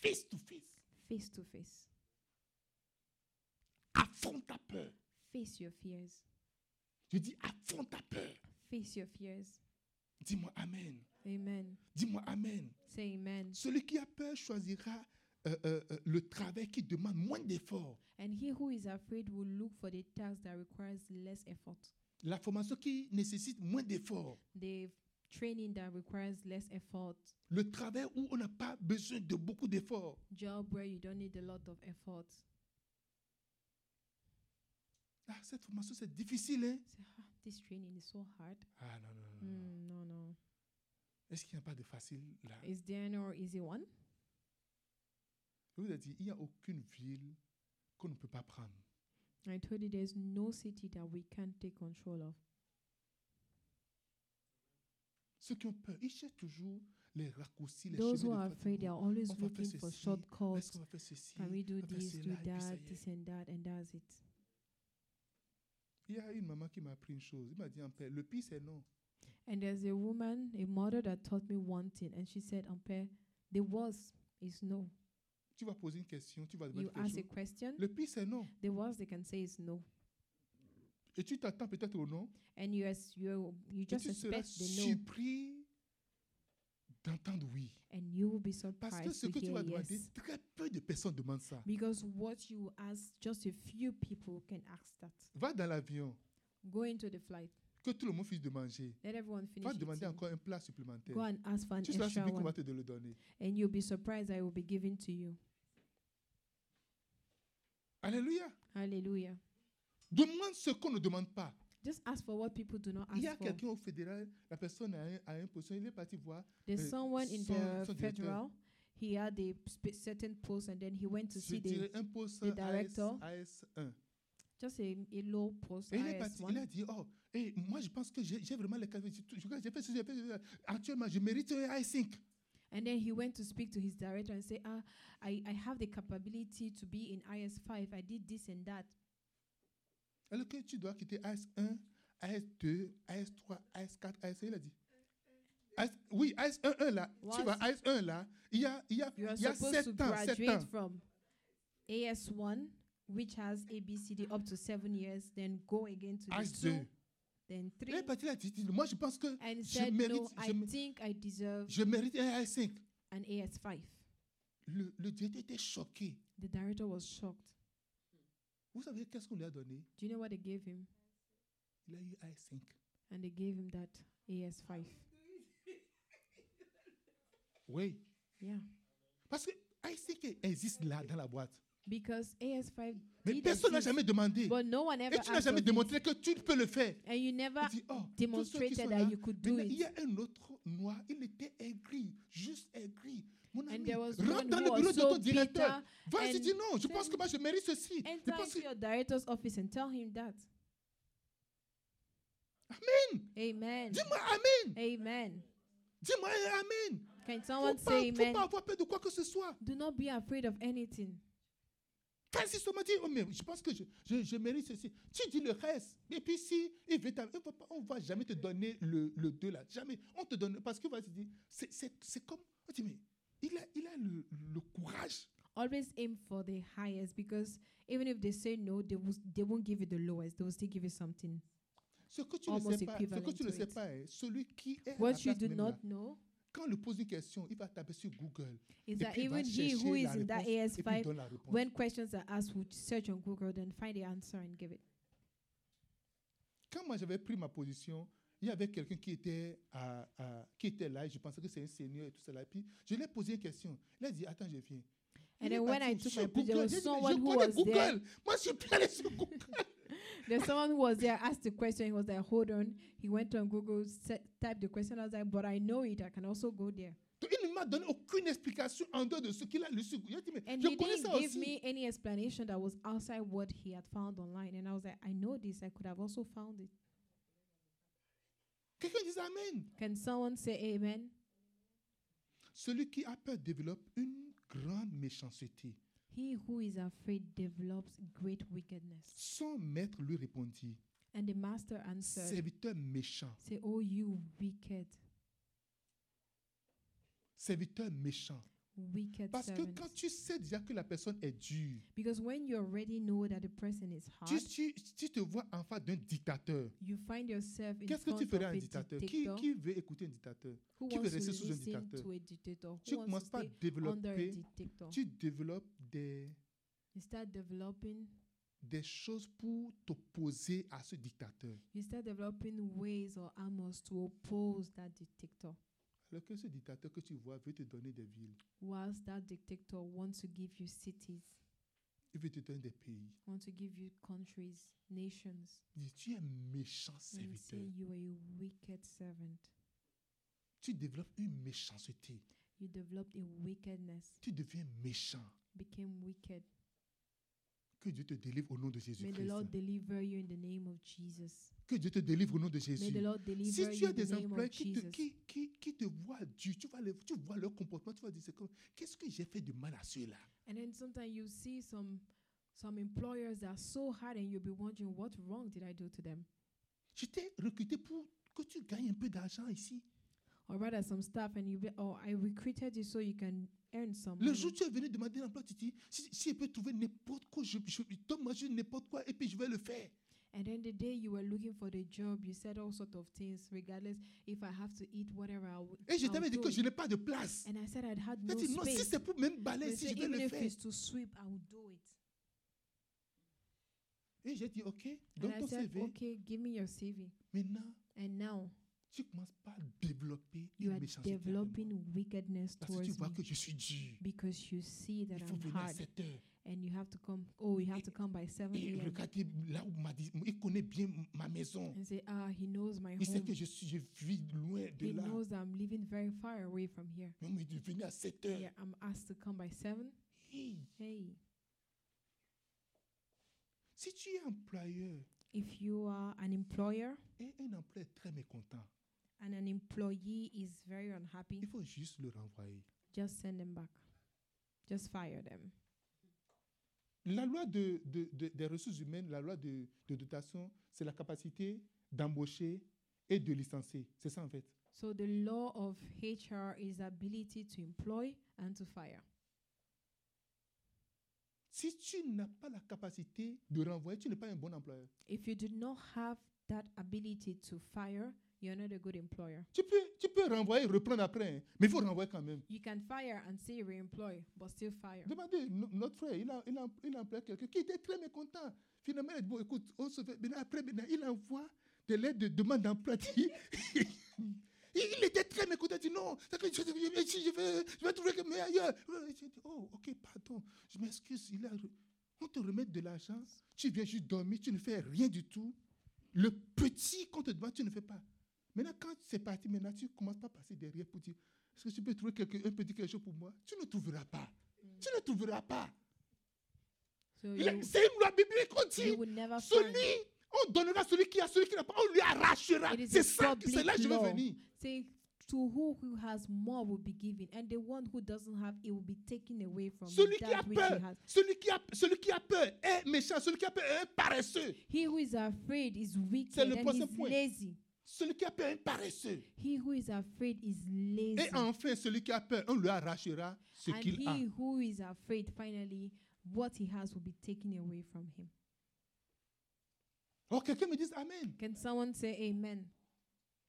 S1: Face to face.
S2: face to face.
S1: Affronte ta peur.
S2: Face your fears.
S1: Je dis, affronte ta peur.
S2: Face your fears.
S1: Dis-moi Amen.
S2: Amen.
S1: Dis-moi Amen.
S2: Say amen.
S1: Celui qui a peur choisira euh, euh, euh, le travail qui demande moins d'efforts.
S2: And he who is afraid will look for the task that requires less effort,
S1: La formation qui nécessite moins d'efforts.
S2: the training that requires less effort,
S1: Le travail où on n'a pas besoin de beaucoup d'efforts.
S2: job where you don't need a lot of effort.
S1: Ah, cette formation, c'est difficile. hein?
S2: Say, "Ah, this training is so hard.
S1: Ah non, non, non, non.
S2: Mm, no, no.
S1: Est-ce qu'il n'y a pas de facile là
S2: Is there no easy one?
S1: Je vous ai dit, il n'y a aucune ville qu'on ne peut pas prendre.
S2: I told you there's no city that we can't take control of.
S1: Ceux qui ont peur, ils cherchent toujours les raccourcis, les
S2: Those who
S1: chemins
S2: are
S1: de
S2: afraid, they
S1: fatigou.
S2: are always
S1: On va faire
S2: looking for
S1: ceci, Est-ce
S2: shortcuts.
S1: qu'on va faire ceci
S2: Can we do
S1: on va faire
S2: this, do
S1: cela, et puis ça y
S2: that,
S1: est.
S2: this and that, and that's it?
S1: Il y a une maman qui m'a appris une chose. Il m'a dit en paix, le pire c'est non.
S2: And there's a woman, a mother that taught me one thing, and she said, Ampere, the worst is no.
S1: Tu vas poser une question, tu vas
S2: You
S1: demander quelque
S2: ask a
S1: chose.
S2: question,
S1: Le pire c'est non.
S2: the worst they can say is no.
S1: Et tu t'attends peut-être au non.
S2: And you as you you
S1: Et
S2: just
S1: tu seras
S2: expect the no,
S1: surpris d'entendre oui.
S2: and you will be
S1: Parce que
S2: surprised
S1: ce
S2: to
S1: que tu
S2: hear
S1: vas
S2: yes.
S1: demander, très peu de personnes demandent ça.
S2: Because what you ask, just a few people can ask that.
S1: Va dans l'avion,
S2: Go into the flight.
S1: que tout le monde finisse de manger.
S2: Let everyone finish.
S1: Va demander
S2: eating.
S1: encore un plat supplémentaire.
S2: Go and ask for an
S1: Tu seras
S2: extra
S1: celui qu'on
S2: one,
S1: va te le donner.
S2: and you'll be surprised that it will be given to you.
S1: Alléluia.
S2: Hallelujah.
S1: Demande ce qu'on ne demande pas.
S2: Just ask for what people do not
S1: Il
S2: ask
S1: y a
S2: for.
S1: quelqu'un au fédéral, la personne a un, a un poste, il est parti voir.
S2: There's
S1: Euh,
S2: someone in
S1: son-
S2: the
S1: son directeur.
S2: federal. He had a sp- certain post, and then he went to
S1: Je
S2: see the
S1: dirais un poste
S2: the
S1: AS,
S2: director.
S1: 1
S2: just a, a low post.
S1: Et il est
S2: IS
S1: parti,
S2: Ah, one.
S1: il a dit, oh, eh, moi je pense que j'ai j'ai vraiment les qualités. Je- je- J'ai fait ceci, j'ai fait ceci. Actuellement, je mérite un AS5.
S2: And then he went to speak to his director and say, "Ah, I, I have the capability to be in IS five. I did this and that,
S1: Alors que tu dois quitter AS1, AS2, AS3, AS4, AS1. Il a dit. AS, oui, AS11 là. Tu
S2: What?
S1: vois, AS1 là, il y a, il y a,
S2: You are
S1: il y a
S2: supposed to
S1: 7 ans. 7
S2: graduate
S1: ans.
S2: from AS1, which has ABCD up to seven years, then go again to the two,
S1: AS2.
S2: then
S1: Il est
S2: three,
S1: parti, il a dit, dit, moi je pense que
S2: and
S1: je
S2: said, "No,
S1: mérite-
S2: I
S1: je mé-
S2: think I deserve
S1: je mérite un AS5.
S2: an AS five."
S1: Le, le directeur était choqué.
S2: The director was shocked.
S1: Vous savez qu'est-ce qu'on lui a donné
S2: Do you know what they gave him?
S1: Il a eu AS5.
S2: And they gave him that AS five.
S1: Oui.
S2: Yeah,
S1: Parce que AS5 existe là dans la boîte.
S2: because AS five.
S1: Mais personne n'a jamais demandé.
S2: But no one ever
S1: Et tu n'as
S2: asked
S1: jamais
S2: of it.
S1: démontré que tu peux le faire.
S2: and you never
S1: Il dit, oh, tous ceux qui sont
S2: demonstrated
S1: là,
S2: that you could do
S1: maintenant, il y
S2: it.
S1: a un autre noir, il était aigri, juste aigri. Mon
S2: And
S1: ami,
S2: there was
S1: rentre
S2: one
S1: dans
S2: who
S1: le bureau
S2: was
S1: de ton
S2: so bitter.
S1: directeur. Vas-y,
S2: and
S1: dis non, je
S2: said,
S1: pense que moi je mérite ceci. Je
S2: Enter
S1: pense que...
S2: into your director's office and tell him that.
S1: Amen.
S2: Amen.
S1: Dis-moi Amen.
S2: Amen.
S1: Dis-moi Amen.
S2: Can
S1: Faut
S2: someone
S1: pas,
S2: say
S1: faut
S2: amen?
S1: pas avoir peur de quoi que ce soit.
S2: Do not be afraid of anything.
S1: Vas-y seulement dis, oh, mais je pense que je, je- je mérite ceci. Tu dis le reste. Et puis si il veut t'amener, on ne va jamais te donner le, le 2 là. Jamais. On te donne. Parce que vas-y, dis, c'est- c'est c'est comme. On dit, mais il a, il a le, le courage
S2: Always aim for the highest because even if they say no, they will they won't give you the lowest. They will still give you something.
S1: Ce que tu ne
S2: Almost
S1: sais pas, ce que
S2: equivalent
S1: tu ne
S2: to
S1: sais
S2: it.
S1: pas est celui qui est à la
S2: What you
S1: place
S2: do
S1: même
S2: not
S1: là.
S2: know
S1: Quand on lui pose une question, il va taper sur Google.
S2: is
S1: et
S2: that
S1: puis il va
S2: even he
S1: chercher
S2: who
S1: la
S2: is in that
S1: réponse et puis il
S2: AS5,
S1: donne la réponse.
S2: when questions are asked, would search on Google then find the answer and give it.
S1: Quand moi j'avais pris ma position, il y avait quelqu'un qui était à, à- qui était là, et je pensais que c'est un seigneur et tout cela. Puis je lui ai posé une question. Il a dit attends, je viens.
S2: And
S1: Il est
S2: then when
S1: parti
S2: I took
S1: sur
S2: my picture, there
S1: Google.
S2: was
S1: J'ai dit, mais
S2: someone
S1: je
S2: who
S1: connais
S2: was
S1: Google.
S2: there.
S1: Moi, je suis plus allé sur Google.
S2: There's someone who was there, asked the question. He was like, hold on. He went on Google, set, typed the question. I was like, but I know it. I can also go there.
S1: Donc, il ne m'a donné aucune explication en dehors de ce qu'il a lu sur Google. J'ai dit, mais
S2: And
S1: je
S2: he
S1: connais
S2: didn't
S1: ça
S2: give
S1: aussi.
S2: me any explanation that was outside what he had found online. And I was like, I know this. I could have also found it.
S1: Quelqu'un dit Amen.
S2: Can someone say amen?
S1: Celui qui a peur développe une grande méchanceté.
S2: He who is afraid develops great wickedness.
S1: Son maître lui répondit
S2: And the master answered,
S1: Serviteur méchant,
S2: Say, oh, you wicked,
S1: serviteur méchant.
S2: wicked
S1: Parce que
S2: servant.
S1: quand tu sais déjà que la personne est dure,
S2: Because when you already know that the person is hard,
S1: tu, tu, tu te vois en face d'un dictateur.
S2: you find yourself in
S1: Qu'est-ce que
S2: front
S1: tu ferais à
S2: of
S1: un
S2: a
S1: dictateur qui,
S2: dictator.
S1: qui veut écouter un dictateur
S2: Who
S1: qui veut
S2: wants to
S1: rester sous un
S2: listen
S1: dictateur?
S2: to a dictator?
S1: Tu
S2: Who wants
S1: commences
S2: to
S1: pas à
S2: stay under a
S1: développer,
S2: dictator?
S1: tu développes des,
S2: You start developing.
S1: des choses pour t'opposer à ce dictateur.
S2: You start developing ways or armors to oppose that dictator,
S1: Alors que ce dictateur que tu vois veut te donner des villes,
S2: whilst that dictator wants to give you cities,
S1: il veut te donner des pays.
S2: want to give you countries, nations.
S1: Il dit, tu es méchant
S2: And you say
S1: serviteur.
S2: you are a wicked servant.
S1: Tu développes une méchanceté.
S2: You developed a wickedness,
S1: Tu deviens méchant.
S2: became wicked.
S1: Que Dieu te délivre au nom de
S2: May the Lord
S1: Jésus-Christ.
S2: deliver you in the name of Jesus.
S1: Que Dieu te délivre au nom de
S2: May the
S1: Jésus.
S2: Lord deliver
S1: Si tu
S2: you
S1: as
S2: in the
S1: des
S2: name
S1: employés
S2: of
S1: qui te,
S2: Jesus.
S1: qui, qui, qui te voient dur, tu vois, les, tu vois leur comportement, tu vas dire, c'est comme, qu'est-ce que j'ai fait de mal à ceux-là
S2: And then sometimes you see some some employers that are so hard and you'll be wondering what wrong did I do to them?
S1: Je t'ai recruté pour que tu gagnes un peu d'argent ici.
S2: Or rather some staff and you be oh I recruited you so you can earn some
S1: Le
S2: money.
S1: jour où tu es venu demander l'emploi, tu dis, si, si je peux trouver n'importe quoi, je, je, donne-moi juste n'importe quoi et puis je vais le faire.
S2: And then the day you were looking for the job, you said all sort of things, regardless if I have to eat whatever I would.
S1: Et je t'avais dit que je n'ai pas de place.
S2: And I said I'd had
S1: Tu
S2: no
S1: dit, non, si
S2: space.
S1: c'est pour même
S2: So I
S1: balayer, si
S2: said,
S1: je vais
S2: even
S1: le
S2: if
S1: faire.
S2: it's to sweep, I will do it.
S1: Et j'ai dit, OK,
S2: And
S1: donne
S2: I
S1: ton
S2: said,
S1: CV.
S2: okay, give me your CV.
S1: Maintenant,
S2: And now
S1: tu commences pas à développer
S2: you
S1: une
S2: are
S1: méchanceté. envers moi.
S2: developing wickedness
S1: Parce que tu
S2: towards
S1: vois
S2: me
S1: que je suis dur.
S2: because you see that
S1: Il faut
S2: I'm
S1: venir à
S2: hard.
S1: 7 heures.
S2: and you have to come. Oh, you have to come by 7
S1: Et
S2: a.m.
S1: regardez là où m'a dit, il connaît bien ma maison.
S2: and say, Ah, he knows my
S1: Il sait que
S2: home.
S1: je, suis, je vis loin de
S2: He
S1: là.
S2: knows that I'm living very far away from here.
S1: Mais on me dit, venez à 7 heures.
S2: Yeah, I'm asked to come by 7.
S1: Hey,
S2: Hey,
S1: si tu es employeur
S2: if you are an employer
S1: et un employeur très mécontent,
S2: and an employee is very unhappy,
S1: il faut juste le renvoyer.
S2: just send them back. Just fire them.
S1: La loi de, de- de- des ressources humaines, la loi de, de dotation, c'est la capacité d'embaucher et de licencier. C'est ça en fait.
S2: So the law of HR is ability to employ and to fire.
S1: Si tu n'as pas la capacité de renvoyer, tu n'es pas un bon employeur.
S2: If you do not have that ability to fire, you're not a good employer.
S1: Tu peux, tu peux renvoyer, reprendre après, hein, mais il faut renvoyer quand même.
S2: You can fire and say re-employ, but still fire.
S1: Demandez, no- notre frère, il a, il a, il a employé quelqu'un qui était très mécontent. Finalement, il a dit, bon, écoute, on se fait. Maintenant, après, maintenant, il envoie des lettres de demande d'emploi. Il- il était très mécontent. Il dit, non, c'est que je, je- je- je vais, je vais trouver quelqu'un ailleurs. Ouais, J'ai dit, oh, ok, pardon, je m'excuse. Il a, re- on te remet de l'argent, tu viens juste dormir, tu ne fais rien du tout. Le petit qu'on te demande, tu ne fais pas. Maintenant, quand c'est parti, maintenant, tu ne commences pas à passer derrière pour dire, est-ce que tu peux trouver quelque, un petit quelque chose pour moi Tu ne trouveras pas. Tu ne trouveras pas.
S2: So
S1: Il est-
S2: you,
S1: C'est une loi biblique qu'on
S2: you
S1: dit.
S2: will never find.
S1: Celui, on donnera celui qui a, celui qui n'a pas, on lui arrachera.
S2: It is
S1: C'est
S2: a
S1: ça, que- c'est là que je veux
S2: public law.
S1: venir.
S2: Say to who who has more will be given, and the one who doesn't have it will be taken away from him,
S1: Celui qui a
S2: that which he
S1: peur,
S2: has.
S1: celui qui a, celui qui a peur est méchant, celui qui a peur est un paresseux.
S2: He who is afraid is wicked
S1: le
S2: and
S1: prochain
S2: he's
S1: point.
S2: lazy.
S1: Celui qui a peur est un paresseux.
S2: He who is afraid is lazy.
S1: Et enfin, celui qui a peur, on lui arrachera ce
S2: and
S1: qu'il
S2: he
S1: a.
S2: who is afraid, finally, what he has will be taken away from him.
S1: Oh, quelqu'un me dise Amen.
S2: Can someone say amen?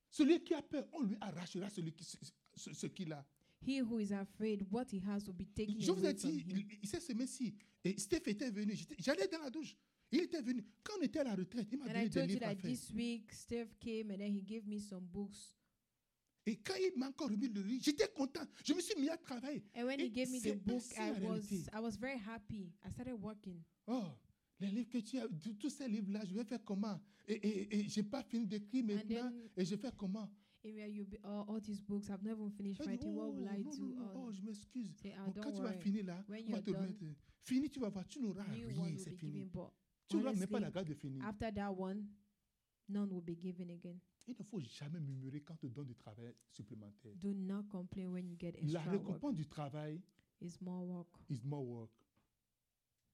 S1: Celui qui a peur, on lui arrachera celui qui- ce, ce- ce qu'il a.
S2: He who is afraid, what he has will be taken
S1: Je vous
S2: away
S1: ai
S2: from
S1: dit,
S2: him.
S1: il, il s'est semé ici. Et Steph était venu. J'étais- J'allais dans la douche. Il était venu. Quand on était à la retraite, il m'a
S2: And
S1: donné des
S2: I told you
S1: livres à
S2: that
S1: faire.
S2: this week Steve came and then he gave me some books.
S1: Et quand il m'a encore remis le livre, j'étais content. Je me suis mis à travailler.
S2: And when
S1: Et
S2: he gave me
S1: c'est
S2: the book,
S1: passé
S2: I
S1: en
S2: was
S1: réalité.
S2: I was very happy. I started working.
S1: Oh, les livres que tu as, tous tous ces livres-là, je vais faire comment Et, et, et j'ai pas fini d'écrire maintenant.
S2: then-
S1: Et je fais comment
S2: Area, you be, all, all these books. I've never even finished
S1: Elle dit,
S2: writing. What will
S1: oh,
S2: I
S1: non,
S2: do?
S1: non, non,
S2: on?
S1: oh, je m'excuse.
S2: Say, ah,
S1: Bon, quand
S2: don't
S1: tu vas
S2: worry.
S1: finir là,
S2: When
S1: on va
S2: you're
S1: te
S2: done,
S1: remettre. Fini, tu vas voir, tu n'auras
S2: New one
S1: rien,
S2: will
S1: c'est
S2: be
S1: fini.
S2: given, but
S1: Tu n'auras même pas la
S2: honestly,
S1: garde de finir.
S2: after that one, none will be given again.
S1: Il ne faut jamais murmurer quand on te donne du travail supplémentaire.
S2: Do not complain when you get
S1: La
S2: extra work.
S1: récompense du travail
S2: It's more work.
S1: is more work.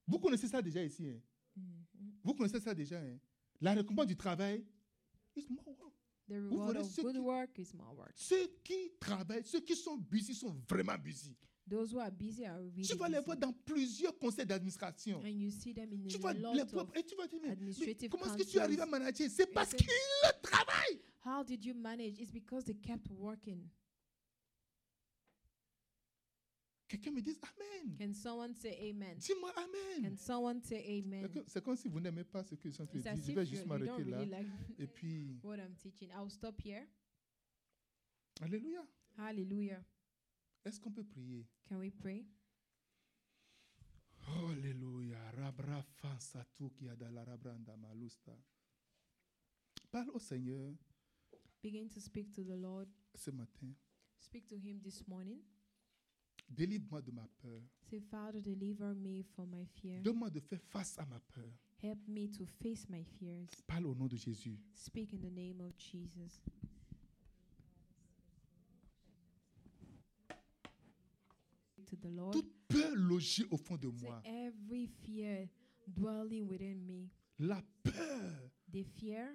S1: Vous connaissez ça déjà ici. hein?
S2: Mhm.
S1: Vous connaissez ça déjà. hein? La récompense du travail is more work.
S2: The reward
S1: verrez
S2: of
S1: ceux
S2: good
S1: qui-
S2: work is more work.
S1: Ceux qui travaillent, ceux qui sont busy sont vraiment busy.
S2: Those who are busy are really
S1: Tu vas les
S2: busy.
S1: voir dans plusieurs conseils d'administration.
S2: and you see them in
S1: Tu
S2: a
S1: vas
S2: lot
S1: les
S2: of
S1: voir et tu vas te dire, mais
S2: administrative
S1: comment est-ce que tu arrives à
S2: councils.
S1: manager C'est
S2: And
S1: parce
S2: say,
S1: qu'il travaille.
S2: How did you manage? It's because they kept working.
S1: Quelqu'un me dise Amen.
S2: Can someone say amen?
S1: Dis-moi Amen.
S2: Can someone say amen?
S1: Quelqu'un- C'est comme si vous n'aimez pas ce que je suis en train
S2: It's
S1: de
S2: as
S1: dire. Je
S2: if
S1: vais
S2: you,
S1: juste
S2: you don't
S1: m'arrêter là.
S2: really like
S1: Et puis,
S2: what I'm teaching. I'll stop here.
S1: Alléluia.
S2: Hallelujah.
S1: Est-ce qu'on peut prier
S2: Can we pray?
S1: Alléluia. Rabra fansa tu qui a dans la rabranda malusta. Parle au Seigneur
S2: Begin to speak to the Lord.
S1: ce matin.
S2: Speak to Him this morning.
S1: Délivre-moi de ma peur.
S2: Say, Father, deliver me from my fear.
S1: Donne-moi de faire face à ma peur.
S2: Help me to face my fears.
S1: Parle au nom de Jésus.
S2: Speak in the name of Jesus. To the Lord.
S1: Toute peur logée au fond de
S2: Say,
S1: moi.
S2: every fear dwelling within me,
S1: La peur
S2: the fear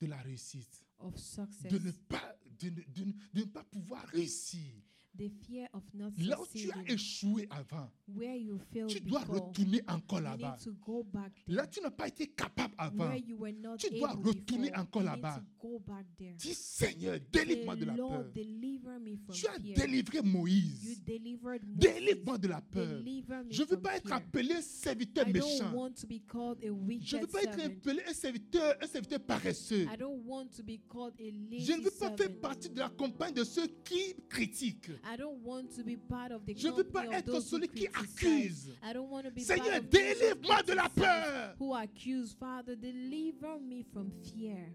S1: de la réussite.
S2: of success,
S1: De ne, pas, de, ne, de ne- de ne pas pouvoir réucir.
S2: the fear of not
S1: Là où tu as
S2: succeeding,
S1: échoué avant,
S2: where you failed
S1: tu dois
S2: before,
S1: retourner encore
S2: you
S1: là-bas.
S2: need to go back
S1: Là,
S2: there.
S1: tu n'as pas été capable avant.
S2: Where you were not
S1: Tu dois
S2: able
S1: retourner
S2: before,
S1: encore
S2: you need
S1: là-bas.
S2: to go back there.
S1: Dis Seigneur,
S2: Say,
S1: délivre-moi de la peur.
S2: Lord, deliver me from
S1: Tu as
S2: fear.
S1: délivré
S2: You
S1: Moïse.
S2: delivered
S1: Délivre-moi
S2: Moses.
S1: de la peur.
S2: Deliver me
S1: Je ne veux
S2: from
S1: pas être
S2: fear.
S1: appelé serviteur
S2: I don't
S1: méchant.
S2: want to be called a
S1: Je ne veux
S2: wicked
S1: pas être
S2: servant.
S1: appelé un serviteur, un serviteur paresseux.
S2: I don't want to be called a lazy
S1: Je ne veux pas faire
S2: servant.
S1: partie de la compagne de ceux qui critiquent.
S2: I don't want to be part of the
S1: Je ne veux pas
S2: company of
S1: être
S2: those who
S1: celui qui
S2: criticize.
S1: accuse.
S2: I don't want to be part
S1: Seigneur,
S2: of those who
S1: délivre-moi de la
S2: criticize,
S1: peur.
S2: Who accuse, Father, deliver me from fear.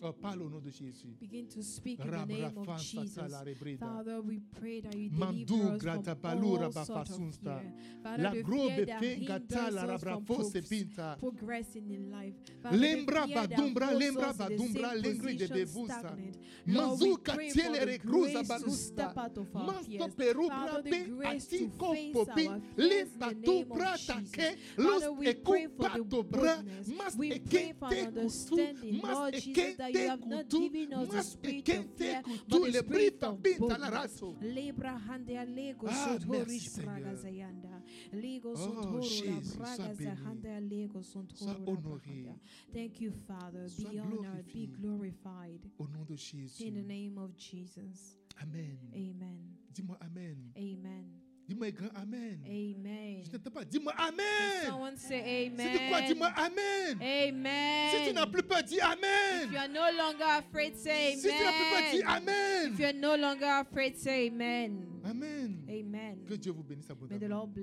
S1: Oh, parle au nom de Jésus.
S2: Begin to speak in the name of Jesus.
S1: La
S2: Father, we pray that you
S1: Mandu
S2: deliver us
S1: grata
S2: from
S1: balura
S2: all sort of
S1: bafasunta.
S2: fear. Father, the fear
S1: grobe
S2: that
S1: fengata
S2: hinders
S1: la
S2: us from
S1: rabrafo se
S2: pro-
S1: pinta.
S2: progressing in life.
S1: Lembra badumbra, lembra badumbra, lengri de bevusa. Manzu katiele recruza balusta. Manto peru brabe ati kopopi limpa tu prata ke los
S2: Father, we
S1: eku
S2: pray for the
S1: pato bra
S2: boldness.
S1: mas
S2: We pray
S1: eke
S2: for
S1: te
S2: an
S1: kutu
S2: understanding,
S1: mas
S2: Lord
S1: eke
S2: Jesus, that
S1: te
S2: you have not
S1: kutu
S2: given us the
S1: mas
S2: spirit
S1: eke
S2: of
S1: te
S2: fear,
S1: kutu
S2: but the
S1: le
S2: spirit
S1: brita
S2: of
S1: pinta la
S2: boldness.
S1: raso
S2: Lebra hande alego
S1: Ah,
S2: soto
S1: merci,
S2: rish
S1: Seigneur.
S2: braga zayanda. Lego
S1: Oh,
S2: soto ro la
S1: Jésus, sois
S2: braga
S1: béni.
S2: zahande alego soto
S1: Sois
S2: ro la
S1: honoré.
S2: brahanda. Thank you, Father.
S1: Sois
S2: Be honored, be
S1: glorifié.
S2: glorified.
S1: au nom de
S2: In the
S1: Jésus
S2: name of Jesus.
S1: amen
S2: Amen.
S1: dis-moi amen
S2: Amen.
S1: dis-moi grand amen
S2: Amen.
S1: je ne t'entends pas dis-moi amen
S2: Someone say
S1: si
S2: amen.
S1: tu crois dis-moi amen
S2: Amen.
S1: si tu n'as plus peur dis
S2: If you
S1: amen
S2: are no longer afraid, say amen.
S1: si tu n'as plus peur dis
S2: If you
S1: amen
S2: are no longer afraid, say amen.
S1: amen
S2: Amen.
S1: que Dieu vous bénisse
S2: May the
S1: abondamment
S2: Lord bless.